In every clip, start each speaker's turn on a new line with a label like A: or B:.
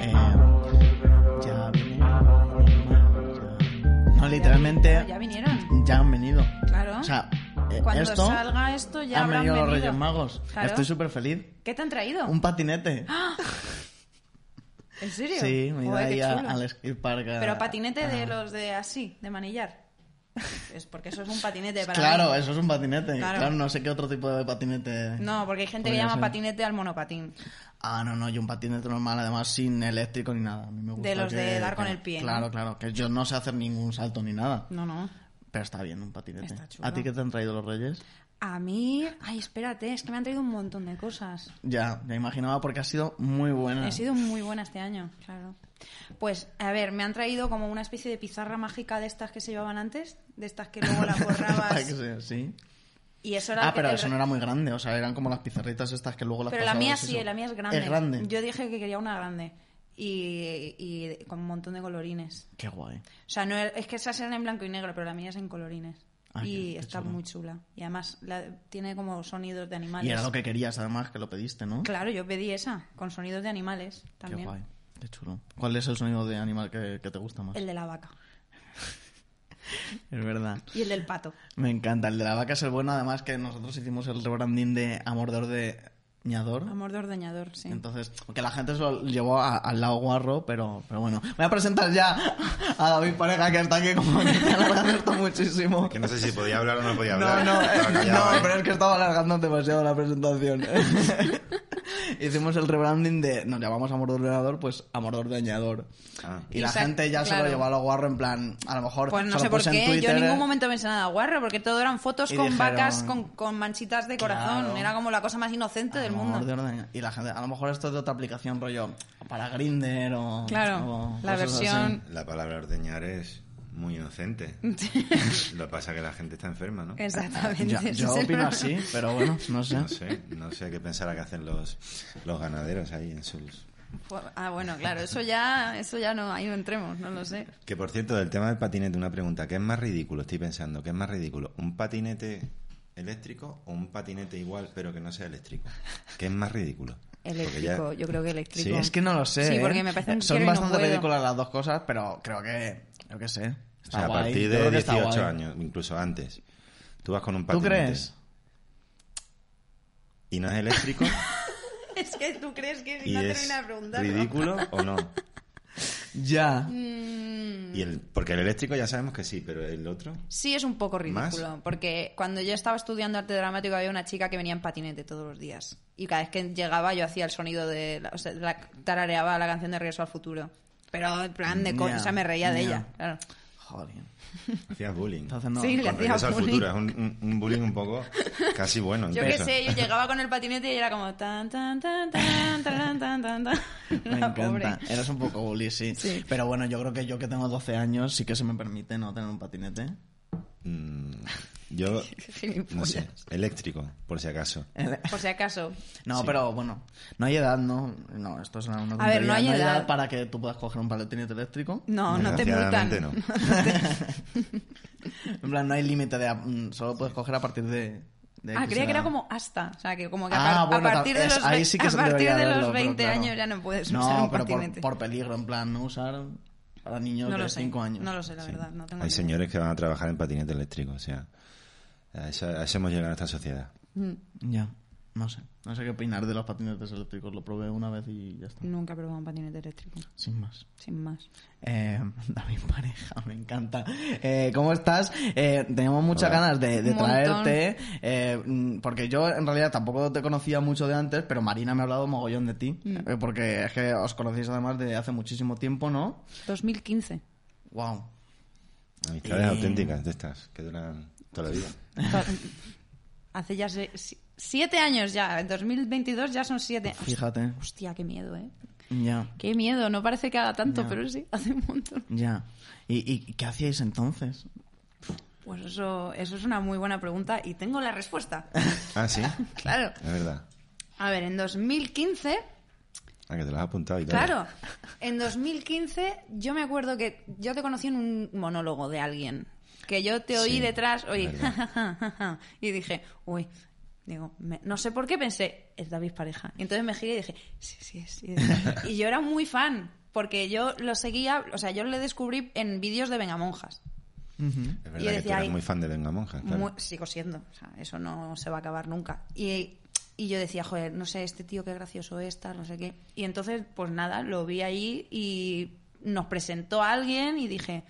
A: Eh, literalmente
B: Ya vinieron.
A: ya han venido.
B: Claro.
A: O sea, eh,
B: Cuando
A: esto
B: salga esto ya
A: han
B: habrán
A: venido los
B: venido.
A: Reyes Magos.
B: Claro.
A: Estoy súper feliz.
B: ¿Qué te han traído?
A: Un patinete.
B: ¿En serio?
A: Sí, me he ido
B: Joder, qué
A: ahí a-
B: chulo.
A: al skatepark. a-
B: Pero patinete de los de así, de manillar. Es porque eso es un patinete para
A: Claro,
B: mí.
A: eso es un patinete.
B: Claro.
A: Claro. no sé qué otro tipo de patinete.
B: No, porque hay gente que
A: Podría
B: llama
A: ser.
B: patinete al monopatín.
A: Ah, no, no, yo un patinete normal, además sin eléctrico ni nada. A mí me gusta
B: De los
A: que-
B: de dar con
A: que-
B: el pie, ¿no?
A: Claro, claro, que yo no sé hacer ningún salto ni nada.
B: No, no.
A: Pero está bien un patinete.
B: Está chulo.
A: ¿A ti qué te han traído los reyes?
B: A mí... Ay, espérate, es que me han traído un montón de cosas.
A: Ya, ya imaginaba porque ha sido muy buena.
B: He sido muy buena este año, claro. Pues, a ver, me han traído como una especie de pizarra mágica de estas que se llevaban antes, de estas que luego las
A: Para
B: borrabas.
A: que sea, sí.
B: y eso era
A: Ah,
B: el que
A: pero
B: te-
A: eso no era muy grande, o sea, eran como las pizarritas estas que luego las
B: Pero la mía
A: pasabas y
B: sí,
A: eso.
B: la mía es grande.
A: Es grande.
B: Yo dije que quería una grande y, y con un montón de colorines.
A: Qué guay.
B: O sea, no es, es que esas eran en blanco y negro, pero la mía es en colorines.
A: Ah,
B: y
A: qué- qué
B: está
A: chulo.
B: muy chula. Y además la- tiene como sonidos de animales.
A: Y era lo que querías, además, que lo pediste, ¿no?
B: Claro, yo pedí esa, con sonidos de animales
A: Qué
B: también.
A: guay, qué chulo. ¿Cuál es el sonido de animal que, que te gusta más?
B: El de la vaca
A: Es verdad.
B: y el del pato.
A: Me encanta. El de la vaca es el bueno, además que nosotros hicimos el rebranding de Amordor de Ñador.
B: Amor de ordeñador, sí.
A: Entonces, que la gente se lo llevó a- al lado guarro, pero, pero bueno. Voy a presentar ya a David Pareja, que está aquí como que está alargando esto muchísimo.
C: Que no sé si podía hablar o no podía
A: No,
C: hablar.
A: no,
C: Estaba
A: eh,
C: callado,
A: no,
C: ¿eh?
A: pero es que estaba alargando demasiado la presentación. Hicimos el rebranding de nos llamamos Amordor de Ñador, pues Amordor de Ñador.
C: Ah.
A: Y la
B: Exacto,
A: gente ya se
B: claro.
A: lo llevó a lo guarro en plan, a lo mejor
B: Pues no
A: se lo
B: sé por
A: puse en
B: qué, yo en
A: Twitter,
B: ningún
A: eh.
B: momento pensé nada guarro, porque todo eran fotos
A: Y
B: con
A: dijeron-
B: vacas con, con manchitas de corazón.
A: Claro.
B: Era como la cosa más inocente del
A: A lo
B: mundo.
A: mejor de orden- Y la gente, a lo mejor esto es de otra aplicación, rollo, para Grinder o.
B: Claro,
A: o
B: la
A: cosas
B: versión-
C: La palabra ordeñar es muy inocente. Lo que pasa es que la gente está enferma, ¿no?
A: así.
B: Exactamente.
A: Ya-
B: ese
A: yo
B: es el
A: opino
B: problema.
A: así, pero bueno, no sé.
C: No sé, no sé qué pensará que hacen los, los ganaderos ahí en sus...
B: Pues- Ah, bueno, claro, eso ya, eso ya no, ahí no entremos, no lo sé.
C: Que por cierto, del tema del patinete, una pregunta. ¿Qué es más ridículo? Estoy pensando, ¿qué es más ridículo? ¿Un patinete eléctrico o un patinete igual pero que no sea eléctrico? ¿Qué es más ridículo? Porque
B: Eléctrico,
C: ya-
B: yo creo que eléctrico.
C: Sí,
A: Es que no lo sé.
B: Sí,
A: ¿eh?
B: porque me parecen
A: Son
B: quiero y no
A: bastante
B: puedo.
A: ridículas las dos cosas, pero creo que. Yo qué sé.
C: O
A: Está
C: sea, a
A: guay.
C: partir
A: Yo creo
C: de
A: que está
C: 18
A: guay.
C: años, incluso antes. Tú vas con un
A: ¿Tú
C: patinete.
A: crees?
C: Y no es eléctrico.
B: Es que tú crees que
C: y es ridículo o no.
A: Ya.
B: Mm.
C: Y el, porque el eléctrico ya sabemos que sí, pero el otro.
B: Sí, es un poco ridículo,
C: ¿Más?
B: porque cuando yo estaba estudiando arte dramático había una chica que venía en patinete todos los días. Y cada vez que llegaba yo hacía el sonido de... la- O sea, la- tarareaba la canción de Regreso al Futuro. Pero en plan de... co-
A: Ya,
B: o sea, me reía de
A: ya.
B: ella, claro.
A: Joder.
C: Hacías bullying.
A: Entonces no.
B: Sí, le
C: Con
B: hacía
C: Regreso al
B: bullying.
C: futuro. Es un, un- un bullying un poco casi bueno.
B: Yo qué
C: incluso.
B: sé, yo llegaba con el patinete y era como... Tan, tan, tan, tan, tan, tan, tan, tan.
A: Me
B: La pobre.
A: encanta. Eres un poco bully, sí.
B: Sí.
A: Pero bueno, yo creo que yo que tengo 12 años sí que se me permite no tener un patinete.
C: Mm, yo.
B: Gilipollas.
C: No sé. Eléctrico, por si acaso.
B: Por si acaso.
A: No, pero bueno, no hay edad, ¿no? No, esto es una tontería.
B: A ver, no hay edad.
A: para que tú puedas coger un patinete eléctrico.
B: No, no te multan.
C: Desgraciadamente no.
A: En plan, no hay límite de... mm, Solo puedes coger a partir de... de
B: Ah,
A: X
B: creía que era
A: edad.
B: como hasta. O sea, que como que a,
A: Ah,
B: par- a
A: bueno, tal-
B: partir de
A: es-
B: los,
A: ahí
B: ve-
A: sí que
B: a
A: se debería
B: partir de
A: haberlo,
B: los
A: pero
B: 20
A: claro.
B: años ya no puedes
A: no,
B: usar un
A: pero por-
B: patinete.
A: Por, peligro, en plan, no usar para niños
B: no
A: de
B: lo sé.
A: 5 años.
B: No lo sé, la verdad. No tengo
C: Hay
B: ni idea.
C: señores que van a trabajar en patinete eléctrico, o sea. A eso, a eso hemos llegado a esta sociedad.
B: Mm,
A: Ya, no sé. No sé qué opinar de los patinetes eléctricos. Lo probé una vez y ya está.
B: Nunca he probado un patinete eléctrico.
A: Sin más.
B: Sin más.
A: Eh, David Pareja, me encanta. Eh, ¿Cómo estás? Eh, teníamos muchas
C: Hola.
A: ganas de, de
B: Un montón.
A: traerte, eh, mm, porque yo en realidad tampoco te conocía mucho de antes, pero Marina me ha hablado mogollón de ti,
B: Mm.
A: eh, porque es que os conocéis además de hace muchísimo tiempo, ¿no?
B: 2015.
A: Wow.
C: Amistades
A: Eh.
C: auténticas de estas, que duran toda la vida.
B: Hace ya se- si- siete años ya. En 2022 ya son siete.
A: Fíjate.
B: Hostia, qué miedo, ¿eh?
A: Ya,
B: Qué miedo. No parece que haga tanto,
A: Ya.
B: pero sí, hace un montón.
A: ya. ¿Y, y qué hacíais entonces?
B: Pues eso, eso es una muy buena pregunta y tengo la respuesta.
C: Ah, sí.
B: claro.
C: Es verdad.
B: A ver, en 2015
C: Ah, que te lo has apuntado y todo.
B: Claro. En 2015 yo me acuerdo que yo te conocí en un monólogo de alguien. Que yo te oí
C: Sí,
B: detrás, oí,
C: verdad.
B: ja, ja, ja, ja, y dije, uy, digo, me- no sé por qué pensé, es David Pareja. Y entonces me giré y dije, sí, sí, es. sí es". Y yo era muy fan, porque yo lo seguía, o sea, yo le descubrí en vídeos de Vengamonjas.
A: Ujú.
C: Es
B: yo
C: verdad que tú
B: decía,
C: eras
B: "Ay,
C: muy fan de Venga Monja, claro.
B: Mu- sigo siendo. O sea, eso no se va a acabar nunca. Y, y yo decía, joder, no sé, este tío qué gracioso es, tal, no sé qué. Y entonces, pues nada, lo vi ahí y nos presentó a alguien y dije,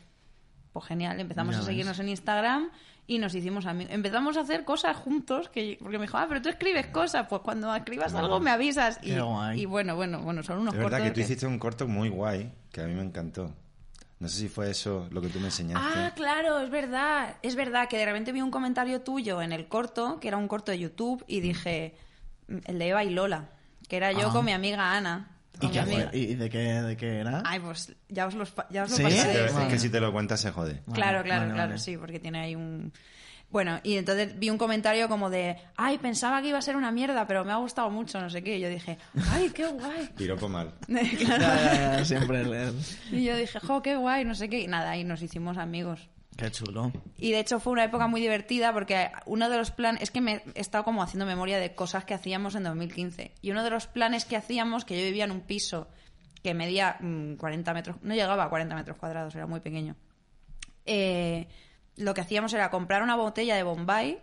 B: pues genial, empezamos
A: Ya
B: a
A: ves.
B: seguirnos en Instagram y nos hicimos amigos. Empezamos a hacer cosas juntos, que porque me dijo, ah, pero tú escribes cosas, pues cuando escribas algo me avisas. Y,
A: Qué guay.
B: y bueno, bueno, bueno, son unos
C: Es verdad que
B: cortos
C: tú hiciste un corto muy guay, que a mí me encantó. No sé si fue eso lo que tú me enseñaste.
B: Ah, claro, es verdad. Es verdad que de repente vi un comentario tuyo en el corto, que era un corto de YouTube, y dije, mm, el de Eva y Lola, que era yo
A: Ah.
B: con mi amiga Ana.
A: ¿Y,
B: con mi
A: qué,
B: amiga.
A: hace- y de, qué, de qué era?
B: Ay, pues ya os, los, pa- ya os lo
A: ¿Sí?
C: Es
B: pasé.
C: que si te-
B: sí.
C: es que si te lo cuentas se jode.
A: Vale,
B: Claro, claro,
A: vale,
B: claro,
A: vale.
B: sí, porque tiene ahí un... Bueno, y entonces vi un comentario como de, ay, pensaba que iba a ser una mierda, pero me ha gustado mucho, no sé qué. Y yo dije, ay, qué guay.
C: Piropo mal.
B: Ah,
A: Ya,
B: Claro.
A: ya, ya, siempre el- el-
B: Y yo dije, jo, qué guay, no sé qué. Y nada, y nos hicimos amigos.
A: Qué chulo.
B: Y de hecho fue una época muy divertida porque uno de los planes, es que me he estado como haciendo memoria de cosas que hacíamos en 2015. Y uno de los planes que hacíamos, que yo vivía en un piso que medía mm, 40 metros, no llegaba a 40 metros cuadrados, era muy pequeño. Eh, lo que hacíamos era comprar una botella de Bombay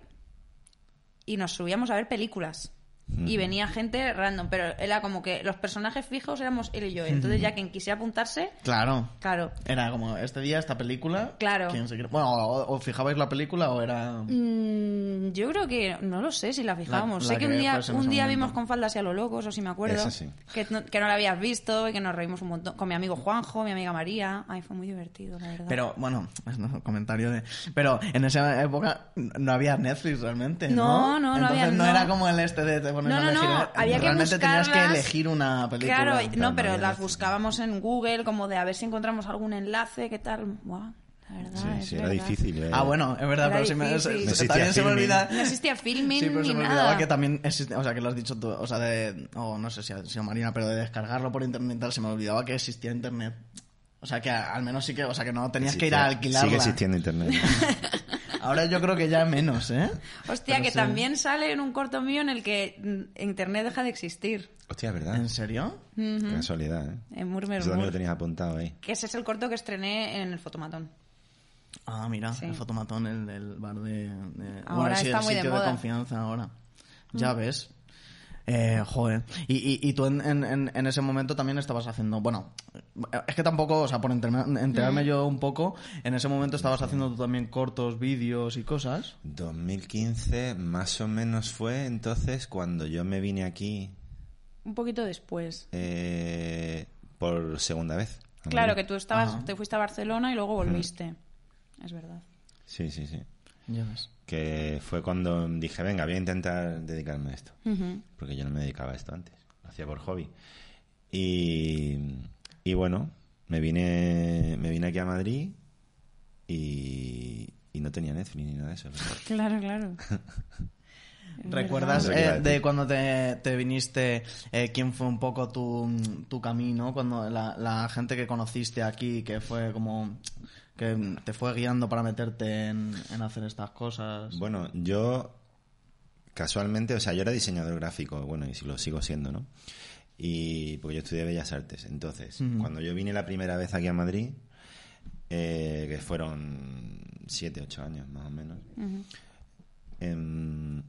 B: y nos subíamos a ver películas. Y venía gente random, pero era como que los personajes fijos éramos él y yo. Entonces ya quien quisiera apuntarse,
A: Claro.
B: claro,
A: Era como este día, esta película.
B: Claro.
A: ¿quién se quiere- Bueno, o, o fijabais la película o era.
B: Mm, yo creo que no lo sé si la fijábamos.
A: La-
B: sé
A: la
B: que un
A: que
B: día,
A: fuese en
B: un
A: ese
B: día
A: momento.
B: vimos con faldas y a lo locos, o si me acuerdo.
C: Eso sí.
B: Que, no, que no la habías visto y que nos reímos un montón. Con mi amigo Juanjo, mi amiga María. Ay, fue muy divertido, la verdad.
A: Pero bueno, es un comentario de. Pero en esa época no había Netflix realmente. No,
B: No, no, no
A: Entonces
B: había-
A: no
B: no.
A: era como el este de te pones
B: No,
A: a
B: no,
A: elegir.
B: no, había que
A: realmente tenías que
B: buscarlas.
A: elegir una película.
B: claro,
A: en plan,
B: no, pero
A: había
B: las
A: Netflix.
B: buscábamos en Google, como de a ver si encontramos algún enlace, qué tal. Buah, la verdad.
C: Sí,
B: es
C: sí, era
B: verdad.
C: difícil. eh.
A: Ah, bueno, es verdad,
B: Era
A: pero si me,
B: difícil.
A: se-
B: No
A: se-
C: existía
A: también se me
C: filming.
A: olvida.
B: No existía filming
A: Sí, pero
B: ni
A: se me
B: nada.
A: olvidaba que también existe, o sea, que lo has dicho tú, o sea, de, o no sé si ha sido Marina, pero de descargarlo por internet y tal, se me olvidaba que existía internet. O sea, que a- al menos sí que, o sea, que no tenías que ir a
C: Existe-
A: alquilarla.
C: Sigue existiendo internet.
A: Ahora yo creo que ya menos, ¿eh?
B: Hostia,
A: Pero
B: que
A: sí.
B: también sale en un corto mío en el que mm, Internet deja de existir.
C: Hostia, ¿verdad?
A: ¿En serio?
C: Qué casualidad, ¿eh?
B: En Murmur.
C: Eso también
B: Mur.
C: lo tenías apuntado ahí.
B: Que ese es el corto que estrené en el fotomatón.
A: Ah, mira,
B: Sí.
A: el fotomatón, el, el bar de... de-
B: Ahora
A: bueno, sí,
B: está
A: el
B: muy de
A: sitio
B: moda. Mm.
A: confianza ahora. Ya ves. Eh, joder. Y, y, y tú en, en- en- en ese momento también estabas haciendo... Bueno, es que tampoco, o sea, por enterme-
B: Mm.
A: enterarme yo un poco, en ese momento estabas haciendo tú también cortos, vídeos y cosas.
C: 2015 más o menos fue entonces cuando yo me vine aquí
B: Un poquito después.
C: eh, por segunda vez. a
B: Claro,
C: Madrid.
B: que tú estabas, te fuiste a Barcelona y luego volviste. Es verdad.
C: Sí, sí, sí.
A: Ya ves.
C: Que fue cuando dije, venga, voy a intentar dedicarme a esto. Porque yo no me dedicaba a esto antes. Lo hacía por hobby. Y, y bueno, me vine, me vine aquí a Madrid y, y no tenía Netflix ni nada de eso. pero-
B: Claro, claro.
A: ¿Recuerdas
C: Eso te iba a
A: eh, de
C: decir.
A: cuando te, te viniste, eh, quién fue un poco tu, tu camino? Cuando la, la gente que conociste aquí, que fue como que te fue guiando para meterte en, en hacer estas cosas.
C: Bueno, yo casualmente, o sea, yo era diseñador gráfico, bueno, y si lo sigo siendo, ¿no? Y porque yo estudié Bellas Artes. Entonces, cuando yo vine la primera vez aquí a Madrid, eh, que fueron siete, ocho años más o menos, em,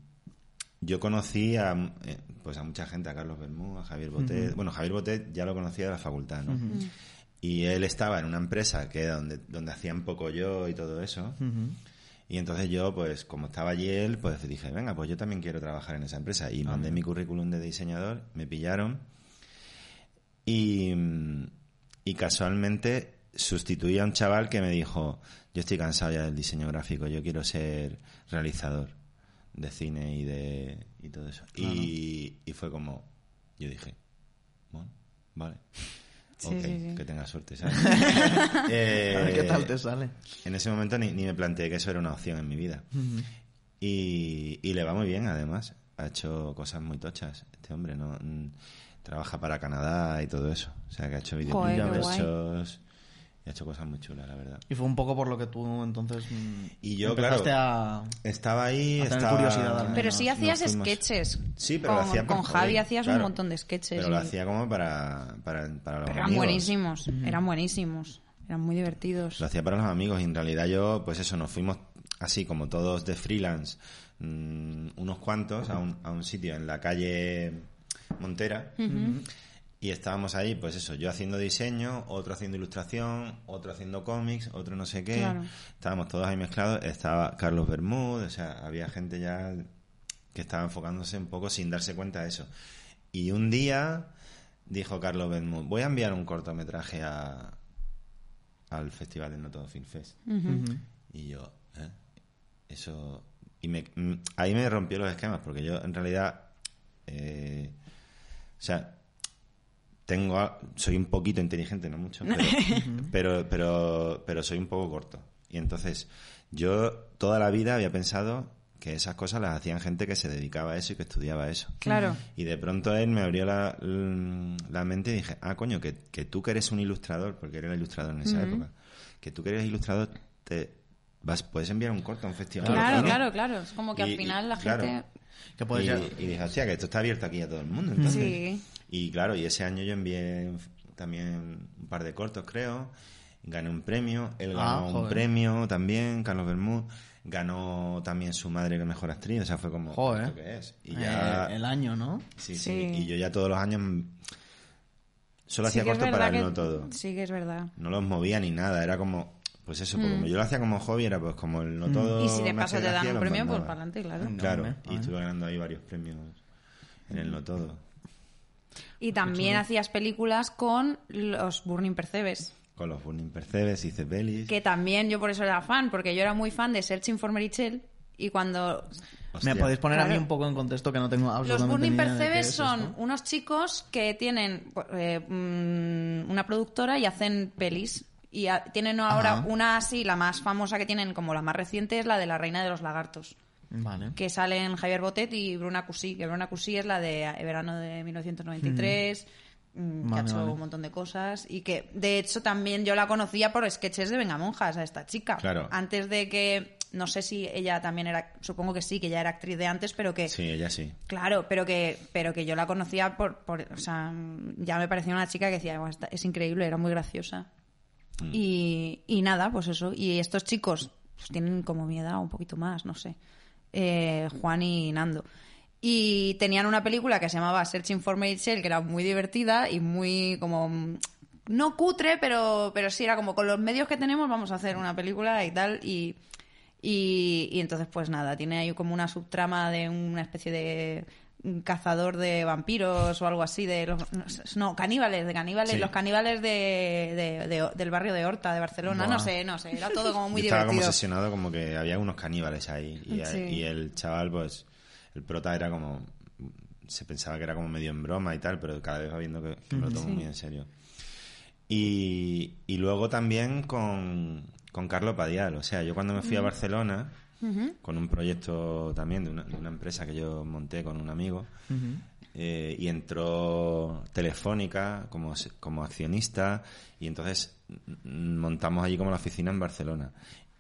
C: yo conocí a, eh, pues a mucha gente, a Carlos Bermú, a Javier Botet. Bueno, Javier Botet ya lo conocía de la facultad, ¿no? Y él estaba en una empresa que era donde, donde hacían poco yo y todo eso.
A: Ujú.
C: Y entonces yo, pues como estaba allí él, pues dije, venga, pues yo también quiero trabajar en esa empresa. Y mandé mi currículum de diseñador, me pillaron. Y, mm, y casualmente sustituí a un chaval que me dijo, yo estoy cansado ya del diseño gráfico, yo quiero ser realizador de cine y de y todo eso. Y, y fue como, yo dije, bueno, vale.
B: Sí,
C: ok,
B: sí, sí.
C: que tenga suerte, ¿sabes?
A: a ver qué tal
C: Eh,
A: te sale.
C: en ese momento ni, ni me planteé que eso era una opción en mi vida. Y, y le va muy bien, además. Ha hecho cosas muy tochas. Este hombre no Mm, trabaja para Canadá y todo eso. O sea, que ha hecho
B: Joder,
C: videoclips,
B: qué guay.
C: muchos- y ha hecho cosas muy chulas, la verdad.
A: Y fue un poco por lo que tú entonces mm,
C: Y yo,
A: empezaste
C: claro,
A: a...
C: Estaba ahí,
A: A tener
C: estaba...
A: curiosidad, al menos.
B: Pero sí
C: Nos
B: hacías
C: fuimos.
B: sketches.
C: Sí, pero
B: con,
C: lo hacía por
B: con
C: hobby,
B: Javi hacías
C: claro.
B: un montón de sketches.
C: Pero lo
B: y-
C: hacía como para, para, para los
B: Pero eran
C: amigos.
B: buenísimos, eran buenísimos. Eran muy divertidos.
C: Lo hacía para los amigos y en realidad yo, pues eso, nos fuimos así como todos de freelance, mm, unos cuantos, a un, a un sitio en la calle Montera. Y estábamos ahí, pues eso, yo haciendo diseño, otro haciendo ilustración, otro haciendo cómics, otro no sé qué.
B: Claro.
C: Estábamos todos ahí mezclados. Estaba Carlos Bermúdez, o sea, había gente ya que estaba enfocándose un poco sin darse cuenta de eso. Y un día dijo Carlos Bermúdez, voy a enviar un cortometraje a, al Festival de Noto Film Fest. Y yo, ¿eh? Eso. Y me, mm, ahí me rompió los esquemas, porque yo en realidad. eh, o sea, tengo. a- Soy un poquito inteligente, no mucho, pero, pero, pero, pero soy un poco corto. Y entonces, yo toda la vida había pensado que esas cosas las hacían gente que se dedicaba a eso y que estudiaba eso.
B: Claro.
C: Y de pronto él me abrió la, la mente y dije, ah, coño, que, que tú que eres un ilustrador, porque era el ilustrador en esa época, que tú que eres ilustrador, te vas, puedes enviar un corto a un festival.
B: Claro,
C: ¿no?
B: claro, claro. Es como que
C: Y-
B: al final la
C: y- claro.
B: gente...
A: Que puedes
C: y,
A: Pues ya-
C: y dije, hostia, que esto está abierto aquí a todo el mundo. Entonces.
B: Sí.
C: Y claro, y ese año yo envié también un par de cortos, creo. Gané un premio, él
A: Ah,
C: ganó un
A: joder.
C: premio también, Carlos Bermúdez. Ganó también su madre que mejor actriz, o sea, fue como,
A: Joder.
C: ¿esto qué es? Y ya,
A: Eh, el año, ¿no?
C: Sí,
B: Sí.
C: sí, Y yo ya todos los años solo
B: Sí
C: hacía
B: que es
C: corto
B: verdad
C: para el
B: que-
C: no todo.
B: Sí que es verdad.
C: No los movía ni nada, era como, pues eso, porque como yo lo hacía como hobby, era pues como el
A: Mm.
C: no todo.
B: Mm. Y si de
C: me
B: paso
C: hace
B: te dan
C: gracia,
B: un
C: los
B: premio, pues
C: mandaba.
B: para adelante, claro.
C: Claro,
A: Hombre, ah.
C: y estuve ganando ahí varios premios en el no todo.
B: Y también hacías películas con los Burning Percebes.
C: Con los Burning Percebes, hice pelis.
B: Que también yo por eso era fan, porque yo era muy fan de Searching for Mary Shelley, Y cuando
C: Hostia.
A: ¿Me podéis poner a mí
B: Claro.
A: un poco en contexto que no tengo
B: Los
A: absolutamente
B: Burning
A: ni idea de qué
B: Percebes
A: es
B: son
A: esto?
B: unos chicos que tienen eh, mm, una productora y hacen pelis. Y a- tienen ahora
A: Ajá.
B: una así, la más famosa que tienen, como la más reciente, es la de La Reina de los Lagartos.
A: Vale.
B: Que salen Javier Botet y Bruna Cusí. Que Bruna Cusí es la de eh, verano de 1993. mm, Que ha
A: Vale,
B: hecho
A: vale.
B: un montón de cosas y que de hecho también yo la conocía por sketches de Vengamonjas a esta chica.
C: Claro.
B: Antes de que, no sé si ella también era, supongo que sí, que ya era actriz de antes, pero que
C: Sí, ella sí.
B: Claro, pero que, pero que yo la conocía por, por- O sea, ya me parecía una chica que decía, "Buah, esta es increíble, era muy graciosa. Y, y nada, pues eso. Y estos chicos pues tienen como mi edad, un poquito más, no sé. Eh, Juan y Nando. Y tenían una película que se llamaba Searching for Mary Shelley, que era muy divertida y muy como... mm, No cutre, pero, pero sí, era como con los medios que tenemos vamos a hacer una película y tal. Y, y, y entonces, pues nada, tiene ahí como una subtrama de una especie de un cazador de vampiros o algo así, de los, no sé, no, caníbales, de caníbales,
C: Sí.
B: los caníbales de, de- de- del barrio de Horta, de Barcelona,
A: Buah.
B: no sé, no sé, era todo como muy
C: Yo estaba como
B: divertido.
C: obsesionado, como que había unos caníbales ahí. Y,
B: Sí.
C: y el chaval, pues, el prota era como. Se pensaba que era como medio en broma y tal, pero cada vez va viendo que, que me lo tomo muy en serio. Y, y luego también con, con Carlo Padial. O sea, yo cuando me fui a Barcelona, con un proyecto también de una, de una empresa que yo monté con un amigo, eh, y entró Telefónica como, s- como accionista y entonces mm, montamos allí como la oficina en Barcelona.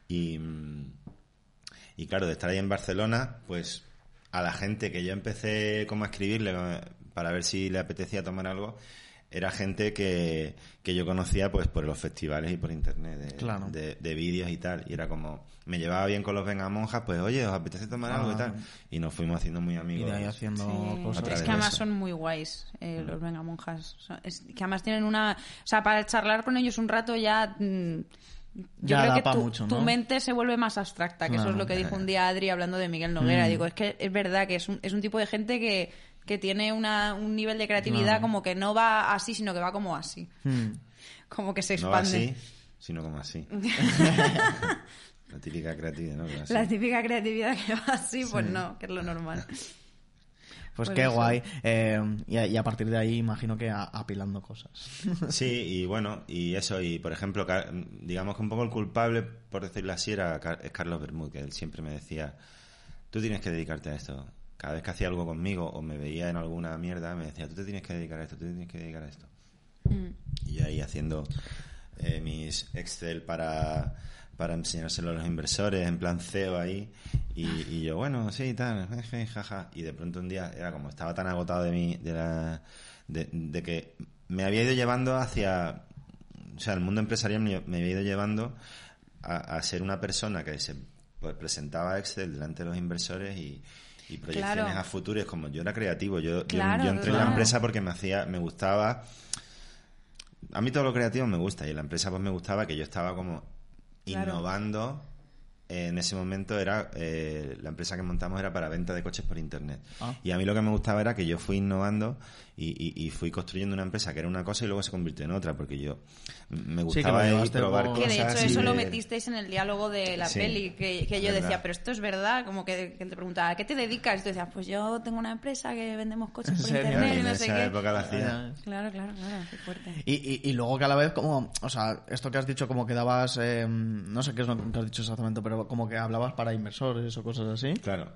C: Y, mm, y claro, de estar ahí en Barcelona, pues a la gente que yo empecé como a escribirle eh, para ver si le apetecía tomar algo, era gente que, que yo conocía pues por los festivales y por internet de,
A: Claro.
C: de, de vídeos y tal. Y era como, me llevaba bien con los Vengamonjas, pues oye, ¿os apetece tomar algo y
A: Ah.
C: tal? Y nos fuimos haciendo muy
A: Y
C: amigos.
A: de ahí haciendo
B: Sí.
A: cosas. Mm.
C: Otra
B: Es
C: vez
B: que además
C: eso.
B: son muy guays eh, los vengamonjas. O sea, es que además tienen una... O sea, para charlar con ellos un rato ya... mm, Yo
A: Ya
B: creo
A: da
B: que
A: pa'
B: tu,
A: mucho,
B: tu
A: ¿no?
B: mente se vuelve más abstracta, que eso
A: Claro.
B: es
A: Mm.
B: lo que dijo un día Adri hablando de Miguel Noguera. Digo, es que es verdad que es un, es un tipo de gente que, que tiene una, un nivel de creatividad
A: Claro.
B: como que no va así, sino que va como así.
A: Hmm.
B: Como que se
C: No va
B: expande.
C: así, sino como así. la típica creatividad, ¿no? Pero así.
B: La típica creatividad que va así, pues no, que es lo normal.
A: Pues
B: Pues
A: qué
B: eso.
A: guay. Eh, y, a, y a partir de ahí imagino que a- apilando cosas.
C: Sí, y bueno, y eso, y por ejemplo, Ca- digamos que un poco el culpable, por decirlo así, era Car- es Carlos Bermúdez, que él siempre me decía, tú tienes que dedicarte a esto. Cada vez que hacía algo conmigo o me veía en alguna mierda, me decía, tú te tienes que dedicar a esto, tú te tienes que dedicar a esto. Y yo ahí haciendo eh, mis Excel para, para enseñárselo a los inversores, en plan CEO ahí. Y, y yo, bueno, sí, tal, jeje, jaja. Y de pronto un día era como, estaba tan agotado de mí, de, la, de, de que me había ido llevando hacia o sea, el mundo empresarial me, me había ido llevando a, a ser una persona que se pues, presentaba Excel delante de los inversores y, y proyecciones
B: Claro.
C: a futuro. Y es como yo era creativo, yo, yo-
B: Claro,
C: yo, entré en
B: claro.
C: la empresa porque me hacía, me gustaba. A mí todo lo creativo me gusta y en la empresa pues me gustaba que yo estaba como
B: Claro.
C: innovando. En ese momento era eh, la empresa que montamos era para venta de coches por internet.
A: Ah.
C: Y a mí lo que me gustaba era que yo fui innovando y, y- y fui construyendo una empresa que era una cosa y luego se convirtió en otra porque yo me
A: Sí, que lo
C: gustaba ahí
A: llevaste
C: probar
A: por-
B: Que
C: cosas.
B: de hecho
C: y
B: eso lo
C: de-
B: metisteis en el diálogo de la
C: Sí,
B: peli, que, que yo
C: verdad.
B: decía, pero esto es verdad, como que, que te preguntaba, ¿a qué te dedicas? Y tú decías, pues yo tengo una empresa que vendemos coches por
A: serio?
C: Claro,
B: internet y
C: en
B: no sé
C: esa
B: qué.
C: época lo hacía.
B: Claro, claro, claro, qué fuerte.
A: Y, y, y luego que a la vez como, o sea, esto que has dicho como que dabas, eh, no sé qué es lo que has dicho exactamente, pero como que hablabas para inversores o cosas así,
C: Claro.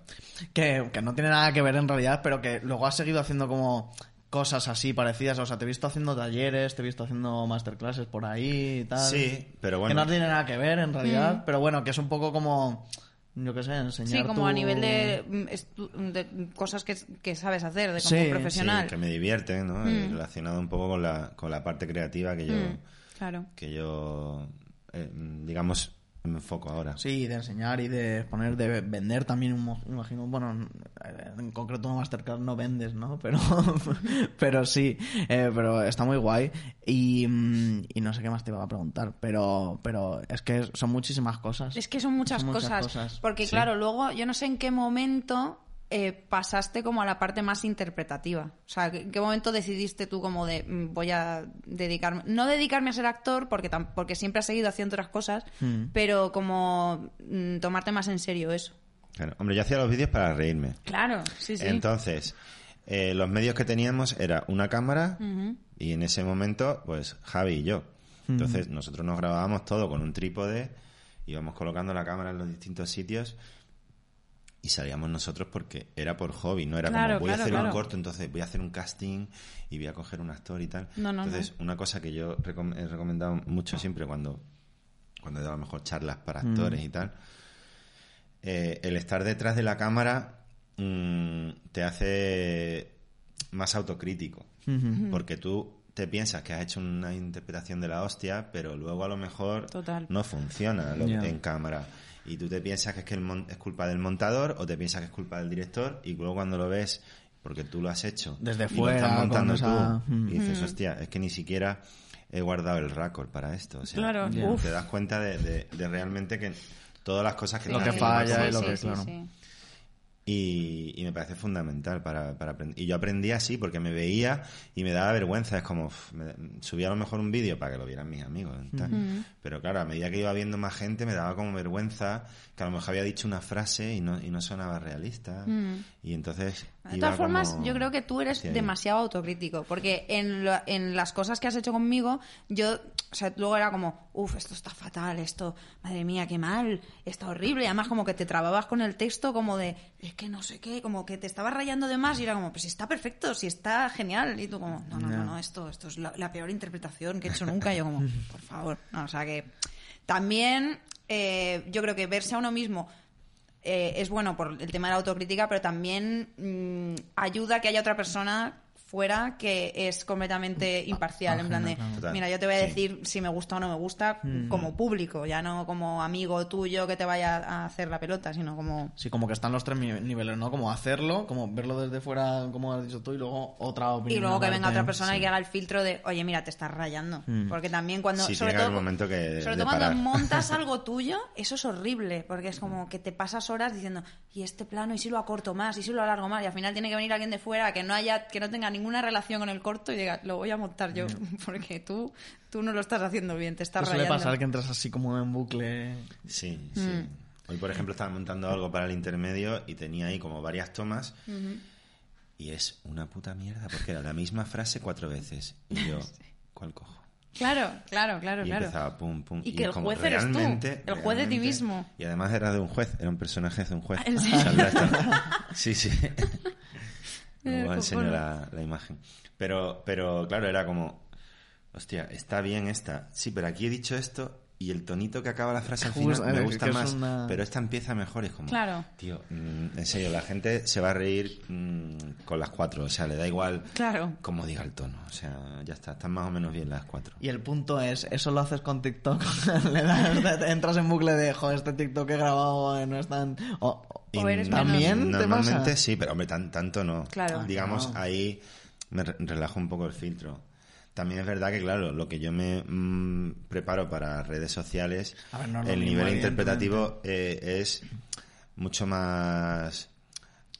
A: que, que no tiene nada que ver en realidad, pero que luego has seguido haciendo como cosas así parecidas, o sea, te he visto haciendo talleres, te he visto haciendo masterclasses por ahí y tal.
C: Sí, pero bueno.
A: Que no tiene nada que ver en realidad, pero bueno, que es un poco como, yo qué sé, enseñar
B: Hmm. Sí, como
A: tu-
B: a nivel de, mm, estu- de cosas que, que sabes hacer de como
A: Sí, sí,
C: Sí,
B: profesional.
C: que me divierten, ¿no? Eh, Relacionado un poco con la, con la parte creativa que yo,
B: Mm, claro.
C: que yo eh, mm, digamos, me enfoco ahora.
A: Sí, de enseñar y de exponer, de vender también, un mo- imagino, bueno, en concreto en Mastercard no vendes, ¿no? Pero, pero sí, eh, pero está muy guay y, mm, y no sé qué más te iba a preguntar, pero, pero es que son muchísimas cosas.
B: Es que son muchas,
A: Son muchas
B: cosas,
A: cosas,
B: Porque
C: sí.
B: claro, luego yo no sé en qué momento eh, pasaste como a la parte más interpretativa. O sea, ¿en qué momento decidiste tú como de mm, voy a dedicarme, no dedicarme a ser actor porque, tam- porque siempre has seguido haciendo otras cosas,
A: Mm.
B: pero como mm, tomarte más en serio eso?
C: Claro. Hombre, yo hacía los vídeos para reírme.
B: Claro, sí, sí.
C: Entonces, eh, los medios que teníamos era una cámara y en ese momento, pues Javi y yo. Entonces, nosotros nos grabábamos todo con un trípode, íbamos colocando la cámara en los distintos sitios y salíamos nosotros porque era por hobby, no era
B: Claro,
C: como voy
B: claro,
C: a hacer
B: claro.
C: un corto, entonces voy a hacer un casting y voy a coger un actor y tal.
B: No, no,
C: entonces, una cosa que yo recom- he recomendado mucho siempre cuando, cuando he dado a lo mejor charlas para
B: Mm.
C: actores y tal, eh, el estar detrás de la cámara mm, te hace más autocrítico. Porque tú te piensas que has hecho una interpretación de la hostia, pero luego a lo mejor
B: Total.
C: no funciona lo-
A: Ya.
C: en cámara. Y tú te piensas que es, que el mon- es culpa del montador o te piensas que es culpa del director y luego cuando lo ves, porque tú lo has hecho,
A: Desde
C: y lo
A: fuera,
C: estás
A: con
C: montando
A: esa-
C: tú,
A: Mm.
C: y dices, hostia, es que ni siquiera he guardado el récord para esto. O sea,
B: Claro.
C: te
B: Uf.
C: das cuenta de, de- de realmente que todas las cosas que
A: Lo
C: estás
A: que
C: haciendo
A: falla
C: como
A: y lo que-
B: sí,
A: claro.
B: sí.
C: y, y me parece fundamental para, para aprender. Y yo aprendí así porque me veía y me daba vergüenza. Es como, uf, me- subía a lo mejor un vídeo para que lo vieran mis amigos. tal. Pero claro, a medida que iba viendo más gente me daba como vergüenza que a lo mejor había dicho una frase y no, y no sonaba realista. Y entonces...
B: De
C: iba
B: todas formas,
C: como
B: yo creo que tú eres
C: hacia ahí.
B: demasiado autocrítico, porque en, la- en las cosas que has hecho conmigo, yo, o sea, luego era como, uff, esto está fatal, esto, madre mía, qué mal, está horrible, y además como que te trababas con el texto como de, es que no sé qué, como que te estabas rayando de más y era como, pues si está perfecto, si está genial, y tú como, no, no,
A: Ya.
B: no, no, esto, esto es la, la peor interpretación que he hecho nunca, y yo como, por favor, no, o sea que también eh, yo creo que verse a uno mismo eh, es bueno por el tema de la autocrítica, pero también mm, ayuda que haya otra persona fuera que es completamente imparcial, en plan de,
A: ajena,
C: Mm, claro.
B: mira, yo te voy a
C: Sí. Mm.
B: decir si me gusta o no me gusta como público, ya no como amigo tuyo que te vaya a hacer la pelota, sino como...
A: Sí, como que están los tres ni- niveles, ¿no? Como hacerlo, como verlo desde fuera, como has dicho tú, y luego otra opinión.
B: Y luego que venga
A: aparte.
B: otra persona y que haga el filtro de, oye, mira, te estás rayando.
C: Mm.
B: Porque también cuando...
C: Sí,
B: sobre
C: tiene que haber
B: todo-
C: un momento que... de-
B: Sobre
C: de
B: todo cuando
C: parar.
B: montas algo tuyo, eso es horrible, porque es como que te pasas horas diciendo, y este plano, y si lo acorto más, y si lo alargo más, y al final tiene que venir alguien de fuera que no haya, que no tenga ninguna relación con el corto y diga, lo voy a montar yo, porque tú, tú no lo estás haciendo bien, te
A: Te
B: estás
A: suele
B: rayando.
A: pasar que entras así como en bucle.
C: Sí, sí. Hoy, por ejemplo, estaba montando algo para el intermedio y tenía ahí como varias tomas. Y es una puta mierda, porque era la misma frase cuatro veces. Y yo, ¿cuál cojo?
B: Claro, claro, claro,
C: Y
B: claro.
C: empezaba pum, pum.
B: Y que el juez eres tú, el juez de ti
C: realmente-
B: mismo.
C: Y además era de un juez, era un personaje de un juez.
B: ¿En
C: O sea, ya está. sí, sí. Luego
B: Eh,
C: enseño
B: cojones.
C: la, la imagen. Pero, pero claro, era como, hostia, está bien esta. Sí, pero aquí he dicho esto y el tonito que acaba la frase al
A: Justo,
C: final me
A: eh,
C: gusta
A: que es
C: más,
A: una-
C: pero esta empieza mejor. Es como,
B: Claro.
C: tío, mm, en serio, la gente se va a reír mm, con las cuatro, o sea, le da igual
B: Claro.
C: cómo diga el tono, o sea, ya está, están más o menos bien las cuatro.
A: Y el punto es, eso lo haces con TikTok. Le das, entras en bucle de, jo, este TikTok que he grabado eh, no es tan... o- o-
B: O eres
A: ¿También te
C: Normalmente
A: pasa?
C: sí, pero hombre, tan, tanto no.
B: Claro. Ah,
C: Digamos,
A: claro.
C: ahí me re- relajo un poco el filtro. También es verdad que, claro, lo que yo me mm, preparo para redes sociales,
A: A ver, no es lo
C: el
A: mismo,
C: nivel interpretativo eh, es mucho más...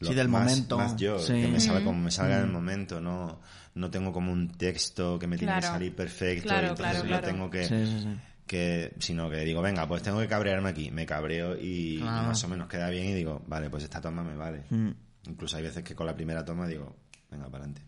A: Sí, del
C: más-
A: momento.
C: Más yo,
A: Sí.
C: que me salga
B: Mm.
C: como me salga en el momento, no, no tengo como un texto que me tiene que
B: Claro.
C: salir perfecto,
B: Claro,
C: y entonces
B: claro,
C: yo
B: claro.
C: tengo que
A: Sí, sí, sí.
C: que sino que digo, venga, pues tengo que cabrearme aquí, me cabreo y
A: Claro.
C: más o menos queda bien y digo, vale, pues esta toma me vale.
A: Mm.
C: Incluso hay veces que con la primera toma digo, venga, para adelante.